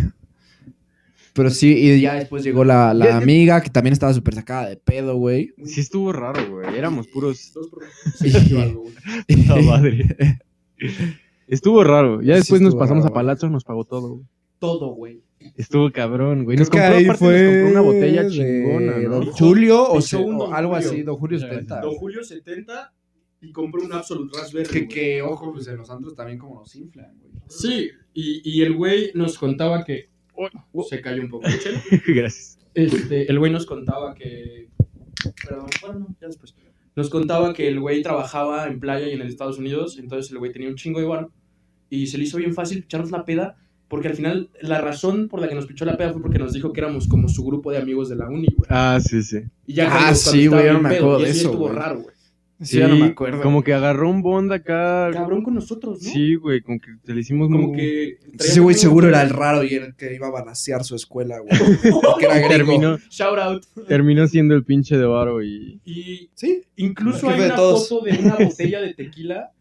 Pero sí, y ya después llegó la, la Ya- ya- amiga que también estaba súper sacada de pedo, güey. Sí estuvo raro, güey. Éramos puros Dos por- se cayó algo, güey. Puta madre. Estuvo raro. Ya Sí, después nos estuvo pasamos raro, a güey. Palazzo, nos pagó todo. güey. Todo, güey. Estuvo cabrón, güey. Creo Nos que compró, ahí aparte, fue nos compró una botella de chingona, ¿no? Don Julio o, de se- segundo o Don algo Julio. así, Don Julio 70. Don Julio 70 y compró un Absolute Raspberry. Que, güey. que, ojo, pues en los antros también como nos inflan, güey. Sí, y, y el güey nos contaba que. Uy, se cayó un poco. Gracias. Este, el güey nos contaba que. Perdón, bueno, no, ya después. Nos contaba que el güey trabajaba en playa y en Estados Unidos, entonces el güey tenía un chingo de bar y se le hizo bien fácil picharnos la peda, porque al final la razón por la que nos pichó la peda fue porque nos dijo que éramos como su grupo de amigos de la uni, güey. Ah, sí, sí. Y ya Ah, cuando- cuando sí, estaba güey, yo bien no me pedo, acuerdo y de ese eso, estuvo güey. raro, güey. Sí, ya no me acuerdo. Como que agarró un bond acá. Cabrón con nosotros, ¿no? Sí, güey, como que le hicimos Como muy- que. Ese güey seguro era el raro y el que iba a balancear su escuela, güey. Porque era griego. Terminó, Shout out. terminó siendo el pinche de varo y. Y Sí. incluso El jefe hay de una todos. foto de una botella de tequila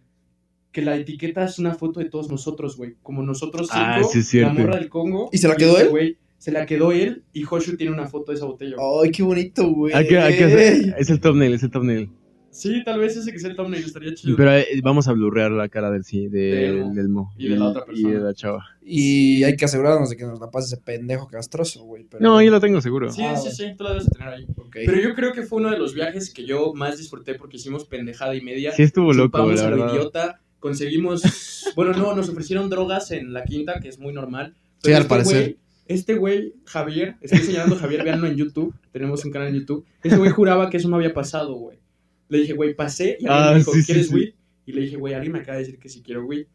que la etiqueta es una foto de todos nosotros, güey. Como nosotros cinco, Ah, sí es cierto. la morra del Congo. ¿Y se la quedó ese él? güey, se la quedó él y Hoshu tiene una foto de esa botella. güey. Ay, qué bonito, güey. Hay que- hay que hacer- Es el thumbnail, es el thumbnail. Sí, tal vez ese que sea el thumbnail estaría chido. Pero eh, vamos a blurrear la cara del, sí, de- De Elmo. del mo. Y de la otra Y de persona. la chava. Y hay que asegurarnos de que nos la pase ese pendejo castroso, güey. pero- No, yo lo tengo seguro. sí, Ah, sí, bueno. sí, tú la debes de tener ahí. Ok. Pero yo creo que fue uno de los viajes que yo más disfruté porque hicimos pendejada y media. Sí, estuvo loco, Chupamos la a lo verdad. idiota, conseguimos... bueno, no, nos ofrecieron drogas en la quinta, que es muy normal. Sí, Pero al este parecer. güey- este güey, Javier, estoy señalando a Javier, veanlo en YouTube, tenemos un canal en YouTube. Ese güey juraba que eso no había pasado, güey. Le dije, güey, pasé, y alguien Ah, me dijo, sí, sí, ¿quieres sí. weed? Y le dije, güey, alguien me acaba de decir que si quiero weed.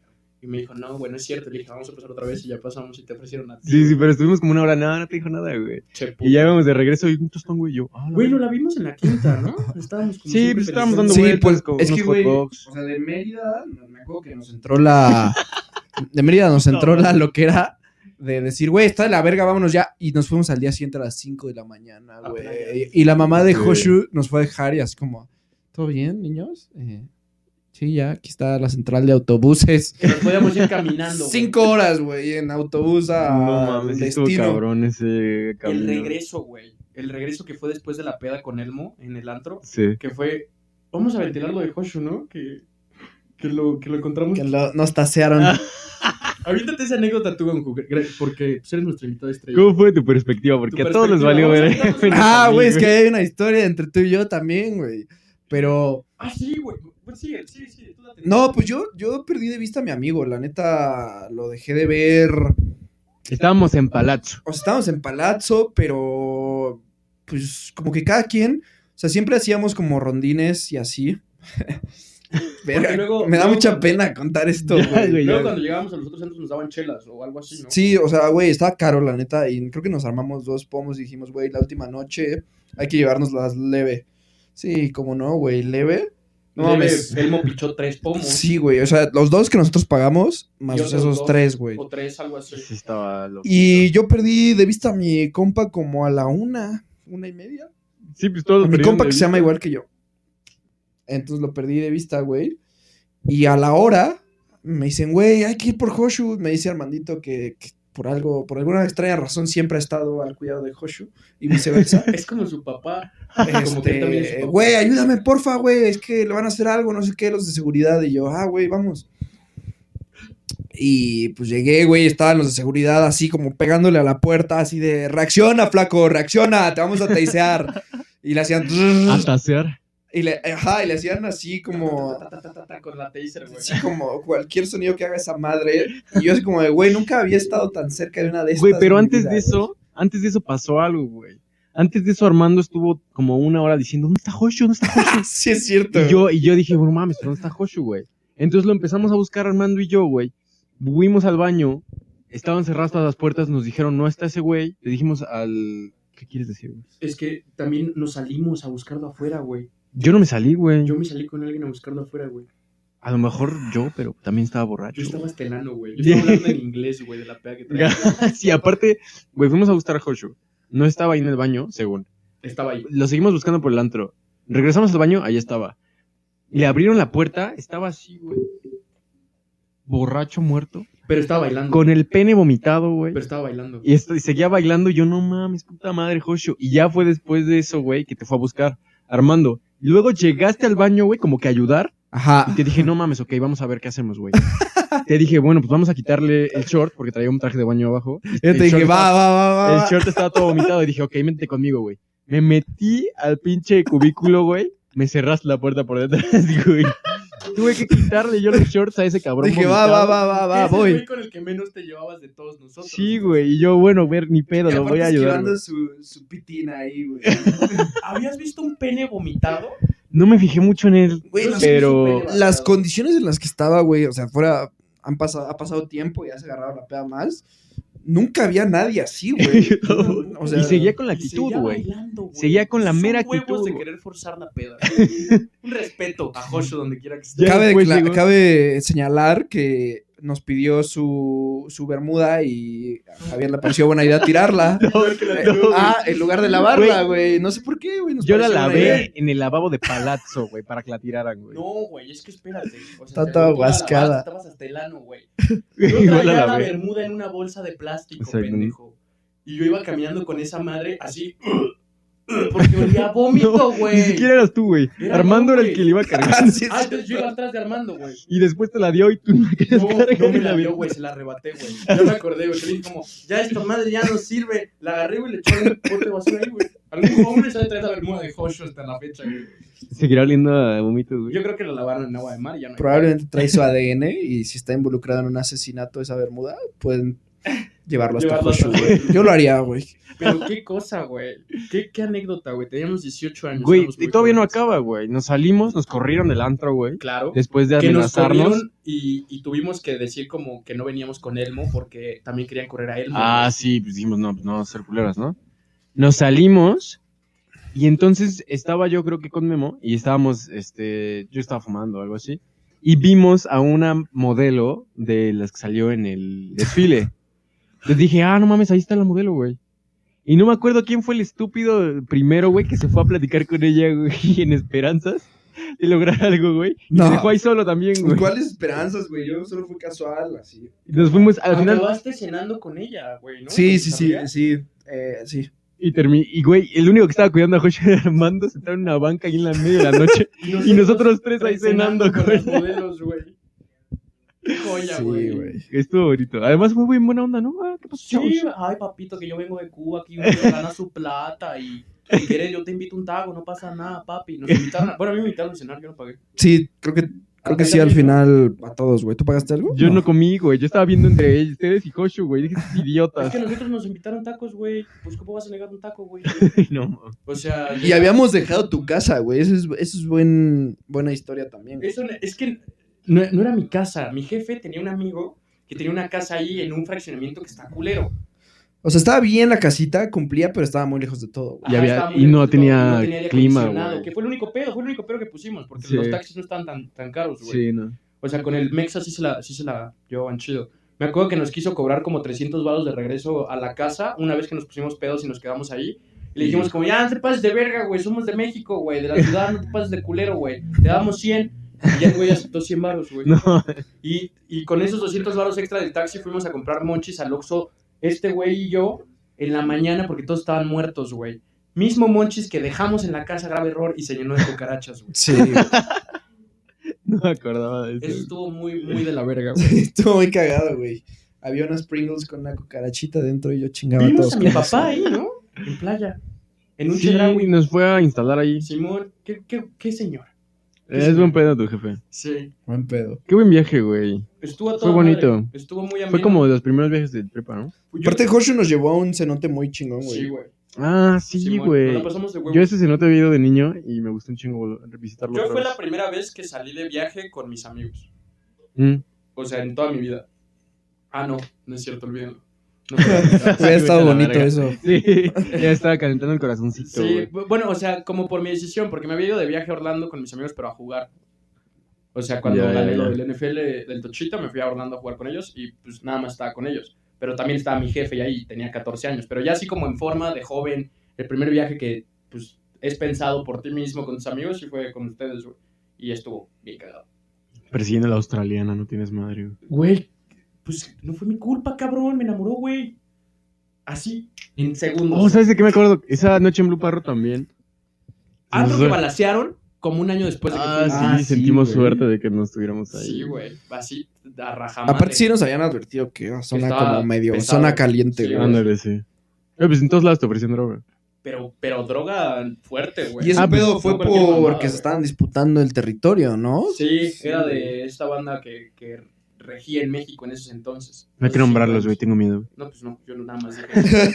Y me dijo, no, bueno, es cierto. Le dije, vamos a pasar otra vez y ya pasamos y te ofrecieron a ti. Sí, sí, pero estuvimos como una hora, nada, no te dijo nada, güey. Che, puta. Y ya íbamos de regreso y un tostón, güey, yo. ah, la Güey, no verga. la vimos en la quinta, ¿no? Estábamos como Sí, siempre pues estábamos dando peleando. Sí, pues, vueltas con es unos que, güey, hot dogs. O sea, de Mérida, me acuerdo que nos entró entró la. De Mérida nos entró la lo que era de decir, güey, está de la verga, vámonos ya. Y nos fuimos al día siguiente a las 5 de la mañana, A playa. güey. Y la mamá de Ah, Sí. Hoshu nos fue a dejar y así como, ¿todo bien, niños? Eh, sí, ya, aquí está la central de autobuses. Nos podíamos ir caminando. güey. Cinco horas, güey, en autobús a No mames, sí estuvo destino. cabrón ese El camino. regreso, güey. El regreso que fue después de la peda con Elmo en el antro. Sí. Que fue. Vamos a ventilar lo de Hoshu, ¿no? Que, que, lo, que lo encontramos. Que lo- nos tasearon. Ahorita esa anécdota tú, Gonju, gr- porque pues, eres nuestro invitado estrella. ¿Cómo fue tu perspectiva? Porque Tu a todos les valió perspectiva, ver. vamos a contarnos. menos a ah, mí, güey, es que hay una historia entre tú y yo también, güey. Pero Ah, sí, güey. Pues sí, sí, sí. tú date. No, pues yo, yo perdí de vista a mi amigo. La neta, lo dejé de ver. Estábamos en Palazzo. O sea, estábamos en Palazzo, pero. Pues como que cada quien. O sea, siempre hacíamos como rondines y así. Verga, Porque luego- me da luego- mucha pena contar esto, güey. güey, Luego ya. cuando llegábamos a los otros centros nos daban chelas o algo así, ¿no? Sí, o sea, güey, estaba caro, la neta. Y creo que nos armamos dos pomos y dijimos, güey, la última noche hay que llevarnos las leve. Sí, como no, güey, leve. No Leve, mames. Elmo pichó tres pomos Sí, güey, o sea, los dos que nosotros pagamos, más Y esos otros dos. tres, güey. o tres, algo así. Sí, estaba loco. Y yo perdí de vista a mi compa como a la una, una y media. Sí, pues todos A mi perdieron compa de que se vista. llama igual que yo. Entonces lo perdí de vista, güey. Y a la hora me dicen, güey, hay que ir por Hoshu. Me dice Armandito que, que por algo, por alguna extraña razón siempre ha estado al cuidado de Hoshu y viceversa. Es como su papá. Como que también es Este, papá. güey, ayúdame, porfa, güey, es que le van a hacer algo, no sé qué, los de seguridad. Y yo, ah, güey, vamos. Y pues llegué, güey, estaban los de seguridad así como pegándole a la puerta, así de, reacciona, flaco, reacciona, te vamos a teisear. y le hacían, A tasear. y le, ajá, y le hacían así como, Ta, ta, ta, ta, Con la taser, güey. así como cualquier sonido que haga esa madre. Y yo así como de, güey, nunca había estado tan cerca de una de estas. Güey, pero en mi antes vida, de güey". eso, antes de eso pasó algo, güey. Antes de eso Armando estuvo como una hora diciendo, ¿dónde está Hoshu? ¿Dónde está Hoshu? Sí, es cierto. y, yo, y yo dije, no mames, ¿dónde está Hoshu, güey? Entonces lo empezamos a buscar Armando y yo, güey. Fuimos al baño, estaban cerradas todas las puertas, nos dijeron, no está ese güey. Le dijimos al... ¿Qué quieres decir, güey? Es que también nos salimos a buscarlo afuera, güey. Yo no me salí, güey. Yo me salí con alguien a buscarlo afuera, güey. A lo mejor yo, pero también estaba borracho. Yo estaba estelando, güey. Yo estaba hablando en inglés, güey, de la pega que traía. güey. sí, aparte, güey, fuimos a buscar a Hoshu. No estaba ahí en el baño, según. Estaba ahí. lo seguimos buscando por el antro. Regresamos al baño, ahí estaba. Le abrieron la puerta, estaba así, güey. Borracho muerto. Pero estaba bailando. Con el pene vomitado, güey. Pero estaba bailando. Y, esto- y seguía bailando. y Yo, no mames, puta madre, Joshu. Y ya fue después de eso, güey, que te fue a buscar Armando. Y luego llegaste al baño, güey, como que a ayudar. Ajá. Y te dije, no mames, ok, vamos a ver qué hacemos, güey. te dije, bueno, pues vamos a quitarle el short porque traía un traje de baño abajo. Y Yo el te dije, short va, estaba- va, va, va. el va". short estaba todo vomitado y dije, ok, métete conmigo, güey. Me metí al pinche cubículo, güey. Me cerraste la puerta por detrás, güey. Tuve que quitarle yo los shorts a ese cabrón. Dije, va, va, vomitado". va, va, va, Ese voy. güey con el que menos te llevabas de todos nosotros. Sí, güey. Y yo, bueno, ver, ni pedo, lo voy a ayudar. güey. su, su pitina ahí, güey. ¿Habías visto un pene vomitado? No me fijé mucho en él. Güey, Yo las, sí vi pero- su pene vomitado. las condiciones en las que estaba, güey, o sea, fuera, han pasado, ha pasado tiempo y ya se agarraron la peda más. Nunca había nadie así, güey. O sea, y seguía con la Y actitud, seguía güey. bailando, güey. Seguía con la Son mera huevos actitud, de güey. querer forzar la peda. un respeto a Josho donde quiera que esté. Ya cabe, después decla- llegó- cabe señalar que nos pidió su, su bermuda y a Javier le pareció buena idea tirarla. ah, en lugar de lavarla, güey. No sé por qué, güey. nos Yo la pareció buena idea. lavé en el lavabo de palazzo, güey, para que la tiraran, güey. No, güey, es que espérate. O sea, Está te- toda tú la guascada. lavaste, Estabas hasta el ano, güey. Yo Igual la traía la lavé. bermuda en una bolsa de plástico, Exacto. pendejo. Y yo iba caminando con esa madre así. Porque olía a vómito, Ni güey. siquiera eras tú, güey. Era Armando era yo, el güey. que le iba a cargar. Ah, entonces yo iba atrás de Armando, güey. Y después te la dio y tú no la querías No, cargar no me y la aventaste. dio, güey, se la arrebaté, güey. Ya me acordé, güey. Yo dije como, ya esta madre ya no sirve. La agarré, güey, le eché un bote de basura ahí, güey. Algún hombre sabe traer la bermuda de Hosho hasta la fecha, güey. Seguirá oliendo a vómito, güey. Yo creo que la lavaron en agua de mar y ya no. hay- Probablemente trae su ADN y si está involucrado en un asesinato esa bermuda, pueden llevarlo hasta Llevarlo hasta Hoshu, güey. Yo lo haría, güey. Pero qué cosa, güey. Qué, qué anécdota, güey. Teníamos 18 años. Güey, estábamos y muy todavía no jóvenes. acaba, güey. Nos salimos, nos corrieron del antro, güey. Claro. Después de Que nos amenazarnos. corrieron y, y tuvimos que decir como que no veníamos con Elmo porque también querían correr a Elmo. Ah, sí, pues dijimos, no, pues no vamos a ser culeras, ¿no? Nos salimos y entonces estaba yo creo que con Memo y estábamos, este, yo estaba fumando o algo así. Y vimos a una modelo de las que salió en el desfile. Les dije, ah, no mames, ahí está la modelo, güey. Y no me acuerdo quién fue el estúpido primero, güey, que se fue a platicar con ella, güey, en esperanzas de lograr algo, güey. Y No. se dejó ahí solo también, güey. ¿Cuáles esperanzas, güey? Yo solo fui casual, así. Y Nos fuimos Ah, al final Acabaste cenando con ella, güey, ¿no? Sí, sí, sí, ¿Sabía? sí. eh, sí. Y termi- y güey, el único que estaba cuidando a José era Armando sentado en una banca ahí en la media de la noche. y nosotros tres ahí cenando, con güey. los modelos, güey. Qué Joya, Sí, güey. güey. Estuvo bonito. Además fue muy buena onda, ¿no? Ah, ¿Qué pasó? Sí, ay, papito, que yo vengo de Cuba, aquí uno gana su plata y Si quieres, yo te invito un taco, no pasa nada, papi. Nos invitaron a- Bueno, a mí me invitaron a cenar, yo no pagué. Sí, creo que, creo que sí al final a todos, güey. ¿Tú pagaste algo? Yo no. comí, güey. Yo estaba viendo entre ellos, ustedes y Hoshu, güey. Dije, "Estos Es idiotas. que nosotros nos invitaron tacos, güey. Pues, ¿cómo vas a negar un taco, güey? no, mames. O sea, Y habíamos dejado tu casa, güey. Eso es, eso es buen, buena historia también. güey. Eso no- es que no, no era mi casa. Mi jefe tenía un amigo que tenía una casa ahí en un fraccionamiento que está culero. O sea, estaba bien la casita, cumplía, pero estaba muy lejos de todo, güey. Y había- estaba y no lejos de tenía todo, aire clima, acondicionado, güey. Que fue el único pedo, fue el único pedo que pusimos, porque Sí. los taxis no estaban tan, tan caros, güey. Sí, no. O sea, con el Mexa sí se la, sí se la llevaban chido. Me acuerdo que nos quiso cobrar como 300 varos de regreso a la casa una vez que nos pusimos pedos y nos quedamos ahí. Y le dijimos como, ya, no te pases de verga, güey, somos de México, güey, de la ciudad, no te pases de culero, güey. Te damos 100. Y ya el güey aceptó 100 varos, güey. No, Y, y con esos 200 varos extra del taxi fuimos a comprar monchis al Oxxo, este güey y yo, en la mañana porque todos estaban muertos, güey. Mismo monchis que dejamos en la casa, grave error, y se llenó de cucarachas, güey. Sí, güey. no me acordaba de Eso eso. estuvo muy, muy de la verga, güey. Estuvo muy cagado, güey. Había unas Pringles con una cucarachita dentro y yo chingaba a Vimos todos. a mi papá ahí, ¿no? En playa. En un Sí, chedraui. nos fue a instalar ahí. Simón, ¿qué, qué, qué señor? Es buen pedo tu jefe. Sí. Buen pedo. Qué buen viaje, güey. Estuvo a Fue toda bonito. Madre. Estuvo muy ameno. Fue como de los primeros viajes de prepa, ¿no? Yo- Aparte, Joshua nos llevó a un cenote muy chingón, güey. Sí, güey. Ah, sí, Simón, nos güey. la pasamos de huevo. Yo ese se había ido de niño y me gustó un chingo vol- visitarlo. Yo otra fue vez. la primera vez que salí de viaje con mis amigos. Mm. O sea, en toda mi vida. Ah, no, no es cierto, olvídenlo. No, Hubiera estado Sí, güey, a la bonito verga. eso. Sí, ya estaba calentando el corazoncito, sí, güey. bu- bueno, o sea, como por mi decisión, porque me había ido de viaje a Orlando con mis amigos, pero a jugar. O sea, cuando Ya, ya, gané ya. lo del NFL del Tochito, me fui a Orlando a jugar con ellos y pues nada más estaba con ellos. Pero también estaba mi jefe y ahí tenía 14 años. Pero ya así como en forma de joven, el primer viaje que pues es pensado por ti mismo con tus amigos y fue con ustedes, güey. Y estuvo bien cagado. Persiguiendo a la australiana, no tienes madre, güey. Güey, pues no fue mi culpa, cabrón, me enamoró, güey. Así, en segundos. Oh, ¿sabes de qué me acuerdo? Esa noche en Blue Parro también. Antro Nos- Ah, que balacearon como un año después de que Ah, sí, fuimos. Ah, sí, sentimos güey. suerte de que nos estuviéramos ahí. Sí, güey. Así, a rajamar. Aparte, sí nos habían advertido que era zona Estaba como medio, pesado. zona caliente, Sí, güey. Ándale, sí. Eh, pues en todos lados te ofrecían droga. Pero, pero droga fuerte, güey. Y ese Ah, pues, pedo fue no cualquier mamada, porque güey. se estaban disputando el territorio, ¿no? Sí, era de esta banda que, que regía en México en esos entonces. No hay que Esos nombrarlos, güey, cinco tengo miedo. años. No, pues no, yo nada más dije.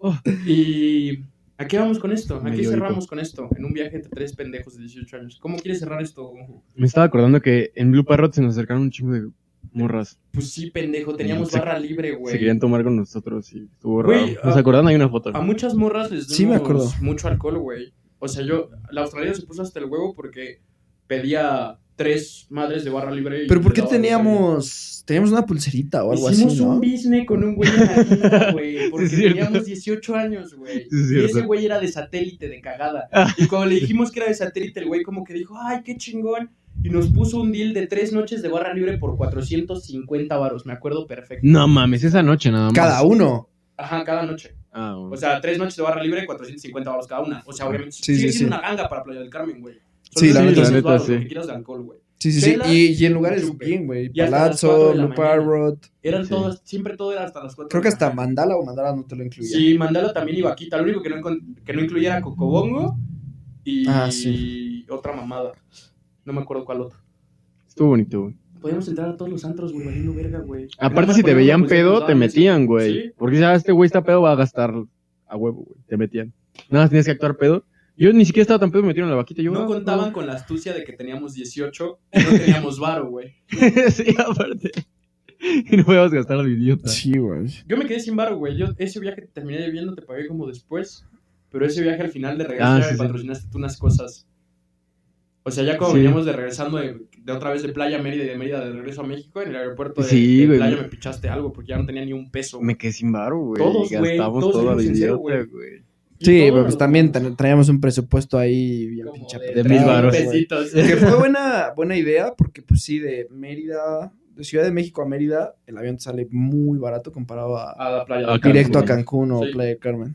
Oh, y aquí vamos con esto. Aquí Medio cerramos con esto. En un viaje entre tres pendejos de 18 años. ¿Cómo quieres cerrar esto, Gonju? Me estaba acordando que en Blue Parrot se nos acercaron un chingo de morras. Pues sí, pendejo. Teníamos Se- barra libre, Se güey. querían tomar con nosotros y estuvo raro. Güey, ¿Nos ah, acordan? Hay una foto. A muchas morras les dimos Sí, me acuerdo. mucho alcohol, güey. O sea, yo, la australiana se puso hasta el huevo porque pedía tres madres de barra libre. y Pero ¿por le qué daba botella. teníamos, teníamos una pulserita o algo Hicimos así, un no? business con un güey en la tienda, güey, porque es cierto. teníamos 18 años, güey. Sí, es y ese cierto. güey era de satélite, de cagada. Ah. Y cuando le dijimos que era de satélite, el güey como que dijo, ay, qué chingón. Y nos puso un deal de tres noches de barra libre por 450 varos, me acuerdo perfecto. No mames, esa noche nada más. Cada uno. Ajá, cada noche. Ah, bueno. O sea, tres noches de barra libre, 450 baros cada una. O sea, obviamente, Sí, sigue sí, siendo sí. una ganga para Playa del Carmen, güey. Sí, la neta, la neta, sí. sí. quieras de alcohol, güey. Sí, sí, sí. Chela Y, y en lugares chupe. bien, güey. Y hasta las cuatro Palazzo, de la Blue mañana. Parrot. Eran Sí. todas, siempre todo era hasta las 4. Creo que hasta Mandala o Mandala no te lo incluía. Sí, Mandala también iba aquí. Lo único que no, encon- que no incluía era Cocobongo y Ah, sí. otra mamada. No me acuerdo cuál otro. Estuvo bonito, güey. Podíamos entrar a todos los antros, güey, valiendo verga, güey. Aparte, si te veían pedo, te metían, güey. Sí. Porque ya este güey está pedo, va a gastar a huevo, güey. Te metían. Nada más tenías que actuar pedo. Yo ni siquiera estaba tan pedo, me metieron en la vaquita. Yo, No ah, contaban con la astucia de que teníamos 18 y no teníamos varo, güey. no. sí, aparte. Y no podías gastar al idiota. Sí, güey. Yo me quedé sin varo, güey. Yo ese viaje que terminé debiendo te pagué como después. Pero ese viaje al final de regreso Ah, ya sí, me sí. patrocinaste tú unas cosas. O sea, ya cuando Sí. veníamos de regresando de, de otra vez de Playa a Mérida y de Mérida de regreso a México, en el aeropuerto de, Sí, de güey. Playa me pichaste algo porque ya no tenía ni un peso. Me quedé sin varo, güey. Todos, güey, Gastamos todos todo al fuimos en idiota, cero, güey. Y Sí, todos pero nos pues también vamos tra- traíamos un presupuesto ahí bien como pinche de de apretado, mil varos. güey. pesitos. Que fue buena, buena idea, porque pues sí, de Mérida, de Ciudad de México a Mérida, el avión te sale muy barato comparado a, A la playa. A Ah, Cancún. directo a Cancún o Sí. Playa del Carmen.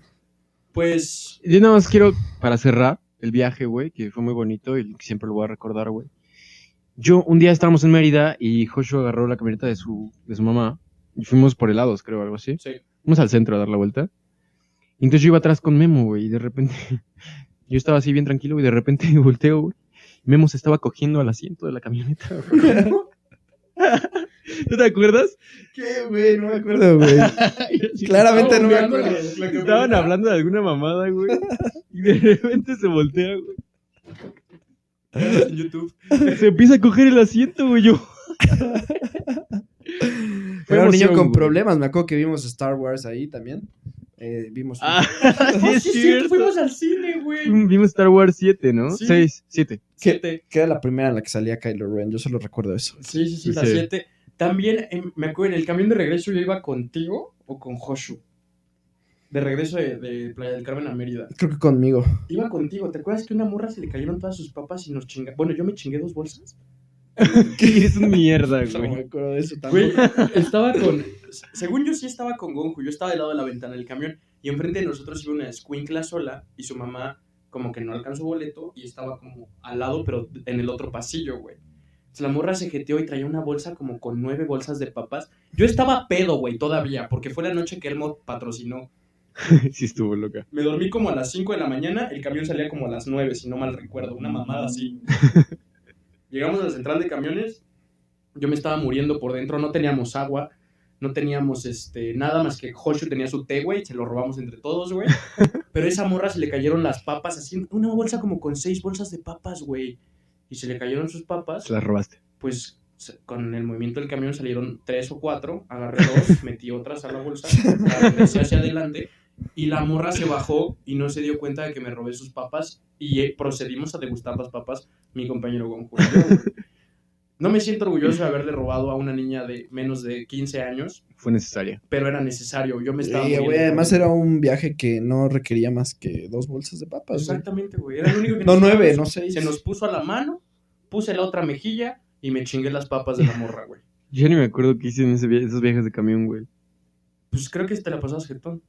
Pues, Yo nada más quiero, para cerrar el viaje, güey, que fue muy bonito y que siempre lo voy a recordar, güey. Yo, un día estábamos en Mérida y Joshua agarró la camioneta de su, de su mamá y fuimos por helados, creo, algo así. sí. Fuimos al centro a dar la vuelta. Y entonces yo iba atrás con Memo, güey, y de repente yo estaba así bien tranquilo, y de repente volteo, güey. y Memo se estaba cogiendo al asiento de la camioneta, güey. ¿No te acuerdas? ¿Qué, güey? No me acuerdo, güey. Claramente no me acuerdo. Estaban hablando de alguna mamada, güey. Y de repente se voltea, güey. En YouTube. Se empieza a coger el asiento, güey. Yo. Fue Era un niño emoción, con güey. problemas. Me acuerdo que vimos Star Wars ahí también. Eh, vimos. Ah, sí, Ah, es sí, es cierto, cierto. fuimos al cine, güey. Vimos Star Wars 7, ¿no? Sí. 6, 7. Siete. Que era la primera en la que salía Kylo Ren. Yo solo recuerdo eso. Sí, sí, sí, la Sí. siete. También em, me acuerdo en el camión de regreso yo iba contigo o con Joshu. De regreso de, de Playa del Carmen a Mérida. Creo que conmigo. Iba contigo. ¿Te acuerdas que a una morra se le cayeron todas sus papas y nos chinga? Bueno, yo me chingué dos bolsas. Es un mierda, No me güey. acuerdo de eso tampoco. Güey, estaba con. Según yo sí estaba con Gonju. Yo estaba del lado de la ventana del camión. Y enfrente de nosotros iba una escuincla sola. Y su mamá, como que no alcanzó boleto. Y estaba como al lado, pero en el otro pasillo, güey. Entonces, La morra se jeteó y traía una bolsa como con nueve bolsas de papas. Yo estaba pedo, güey, todavía. Porque fue la noche que Elmo patrocinó. Sí estuvo loca. Me dormí como a las 5 de la mañana, el camión salía como a las 9, si no mal recuerdo, una mamada así. Llegamos a la central de camiones, yo me estaba muriendo por dentro, no teníamos agua, no teníamos este, nada más que Hoshu tenía su té, güey, se lo robamos entre todos, güey. Pero a esa morra se le cayeron las papas, así, en una bolsa como con seis bolsas de papas, güey. Y se le cayeron sus papas, Se la robaste. pues se- con el movimiento del camión salieron tres o cuatro, agarré dos, metí otras a la bolsa, la regresé hacia adelante y la morra se bajó y no se dio cuenta de que me robé sus papas y eh, procedimos a degustar las papas, mi compañero Gonjo. y yo, güey. No me siento orgulloso de haberle robado a una niña de menos de 15 años, Fue necesaria. pero era necesario, yo me Sí, estaba... muriendo. güey, además era un viaje que no requería más que dos bolsas de papas. güey. Exactamente, güey, era lo único que No necesitábamos. nueve, no seis. Se nos puso a la mano, puse la otra mejilla y me chingué las papas de la morra, güey. Yo ni me acuerdo qué hice en ese via- esos viajes de camión, güey. Pues creo que te la pasabas jetón.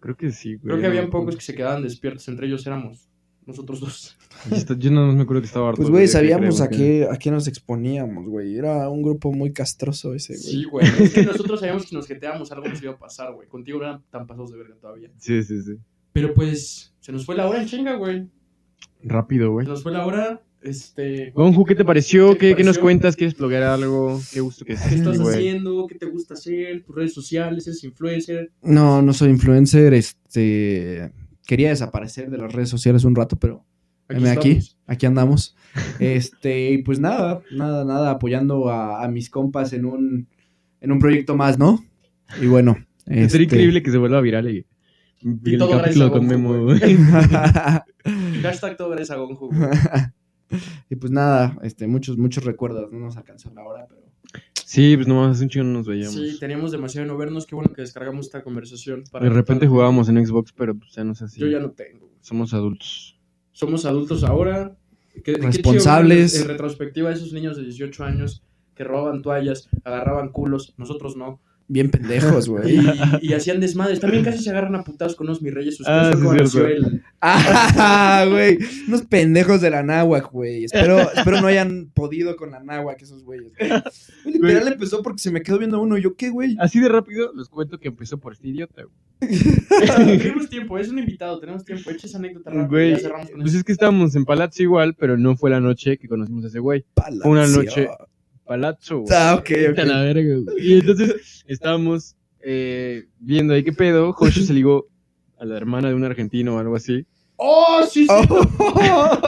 Creo que sí, güey. Creo que habían pocos que se quedaban despiertos, entre ellos éramos nosotros dos. Yo esta- Yo no me acuerdo que estaba harto. Pues, güey, de- de sabíamos crema, a qué, a qué nos exponíamos, güey. Era un grupo muy castroso ese, güey. Sí, güey. Es que nosotros sabíamos que si nos jeteábamos algo nos iba a pasar, güey. Contigo no eran tan pasados de verga todavía. Sí, sí, sí. Pero pues, se nos fue la hora en chinga, güey. Rápido, Se güey. nos fue la hora, este... Gonju, ¿qué te pareció? ¿Qué ¿Qué, te qué nos pareció? cuentas? ¿Quieres bloguear algo? Qué gusto que ¿Qué estás estés, güey. haciendo? ¿Qué te gusta hacer? ¿Tus redes sociales? ¿Eres influencer? No, no soy influencer. Este. Quería desaparecer de las redes sociales un rato, pero Heme aquí, estamos. aquí andamos. Este, y pues nada, nada, nada, apoyando a, a mis compas en un, en un proyecto más, ¿no? Y bueno. Sería este- increíble que se vuelva viral y, y el todo gracias capítulo a con Gonju, Memo, güey. güey. Hashtag todo gracias a Gonju, güey. y pues nada, este, muchos, muchos recuerdos. No nos alcanzó la hora, pero. Sí, pues nomás hace un chingo no nos veíamos. Sí, teníamos demasiado de no vernos. Qué bueno que descargamos esta conversación. para- de repente jugábamos en Xbox, pero pues ya no es así. Yo ya no tengo, güey. Somos adultos. somos adultos ahora. que- que Responsables. chido, ¿no? en retrospectiva, esos niños de 18 años que robaban toallas, agarraban culos, nosotros no. Bien pendejos, Y, güey. y hacían desmadres. También casi se agarran a putados con unos mis reyes. Ustedes Ah, fue sí, como cierto. nació el- ah, güey. Unos pendejos de la náhuac, güey. Espero, espero no hayan podido con la náhuac esos güeyes. güey. Güey, Literal empezó porque se me quedó viendo uno. y Yo, ¿qué, güey? Así de rápido les cuento que empezó por este idiota, güey. tenemos tiempo, es un invitado, tenemos tiempo. Echa esa anécdota rápido, Güey, ya cerramos con pues eso. es que estábamos en Palazzo igual, pero no fue la noche que conocimos a ese güey. Palacio. Una noche. Palazzo, güey. Ah, ok, ok. Vete a la verga, güey. Y entonces estábamos eh, viendo ahí qué pedo. Joshu se ligó a la hermana de un argentino o algo así. ¡Oh, sí, sí! Oh.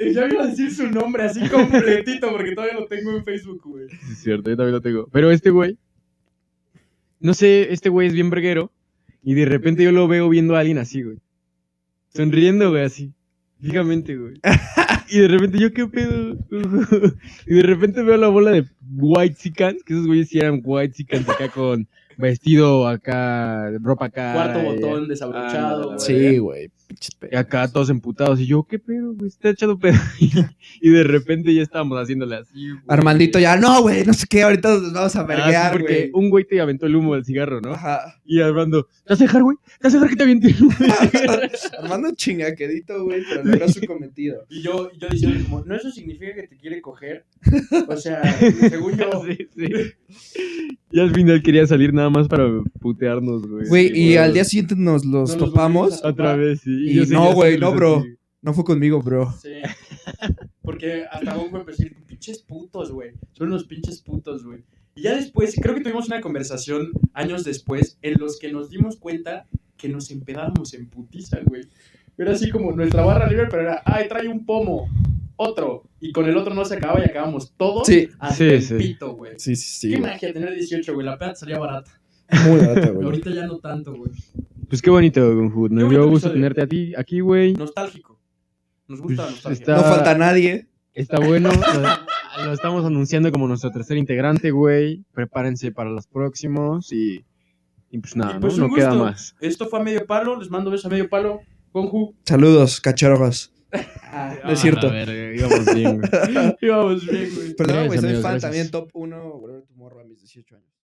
Eh, Ya iba a decir su nombre así completito porque todavía lo tengo en Facebook, güey. Sí, es cierto, yo también lo tengo. Pero este güey, no sé, este güey es bien verguero. Y de repente yo lo veo viendo a alguien así, güey. Sonriendo, güey, así. Fijamente, güey. Y de repente yo, ¿qué pedo? y de repente veo la bola de White Sicans, que esos güeyes sí eran White Sicans acá con vestido acá, ropa acá. Cuarto eh, botón desabrochado, ah, güey. Sí, güey. pinches y acá todos emputados. Y yo, ¿qué pedo, güey? Está echado pedo. y de repente ya estábamos haciéndole así, güey. Armandito ya, no, güey, no sé qué, ahorita nos vamos a Ah, sí, verguear, porque güey. un güey te aventó el humo del cigarro, ¿no? Ajá. Y Armando, ¿te vas a dejar, güey? ¿Te vas a dejar que te aviente el humo del cigarro? Armando chingaquedito, güey, pero logró su cometido. Y yo, yo diciendo como, no, eso significa que te quiere coger. O sea, según yo, Sí, sí. Y al final quería salir nada más para putearnos, güey. Güey, Sí, y al día siguiente nos los No nos topamos. volvimos a- Otra vez, sí. Y yo seguía no, güey, haciéndoles no, bro. así. No fue conmigo, bro. Sí. Porque hasta Gongo empezó a decir, pinches putos, güey. Son unos pinches putos, güey. Y ya después, creo que tuvimos una conversación años después en los que nos dimos cuenta que nos empedábamos en putiza, güey. Era así como nuestra barra libre, pero era, ay, trae un pomo, otro. Y con el otro no se acababa y acabamos todos Sí. hasta Sí, el sí. pito, güey. Sí, sí, sí. Qué güey. magia tener 18, güey. La peda te salía barata. Muy barata, güey. Ahorita ya no tanto, güey. Pues qué bonito, Gunhut. Qué Me bonito dio gusto episodio. tenerte a ti aquí, güey. Nostálgico. Nos gusta la Pues, nostalgia. está- No falta nadie. Está bueno. lo, lo estamos anunciando como nuestro tercer integrante, güey. Prepárense para los próximos y, y pues nada, Y pues ¿no? un No queda gusto. más. Esto fue a medio palo. Les mando besos a medio palo. Gonju. Saludos, cachorros. No es Ah, cierto. Íbamos bien, güey. Íbamos bien, güey. Perdón, Gracias, güey, soy amigos, fan gracias. también top 1, Whatever Tomorrow a mis 18 años.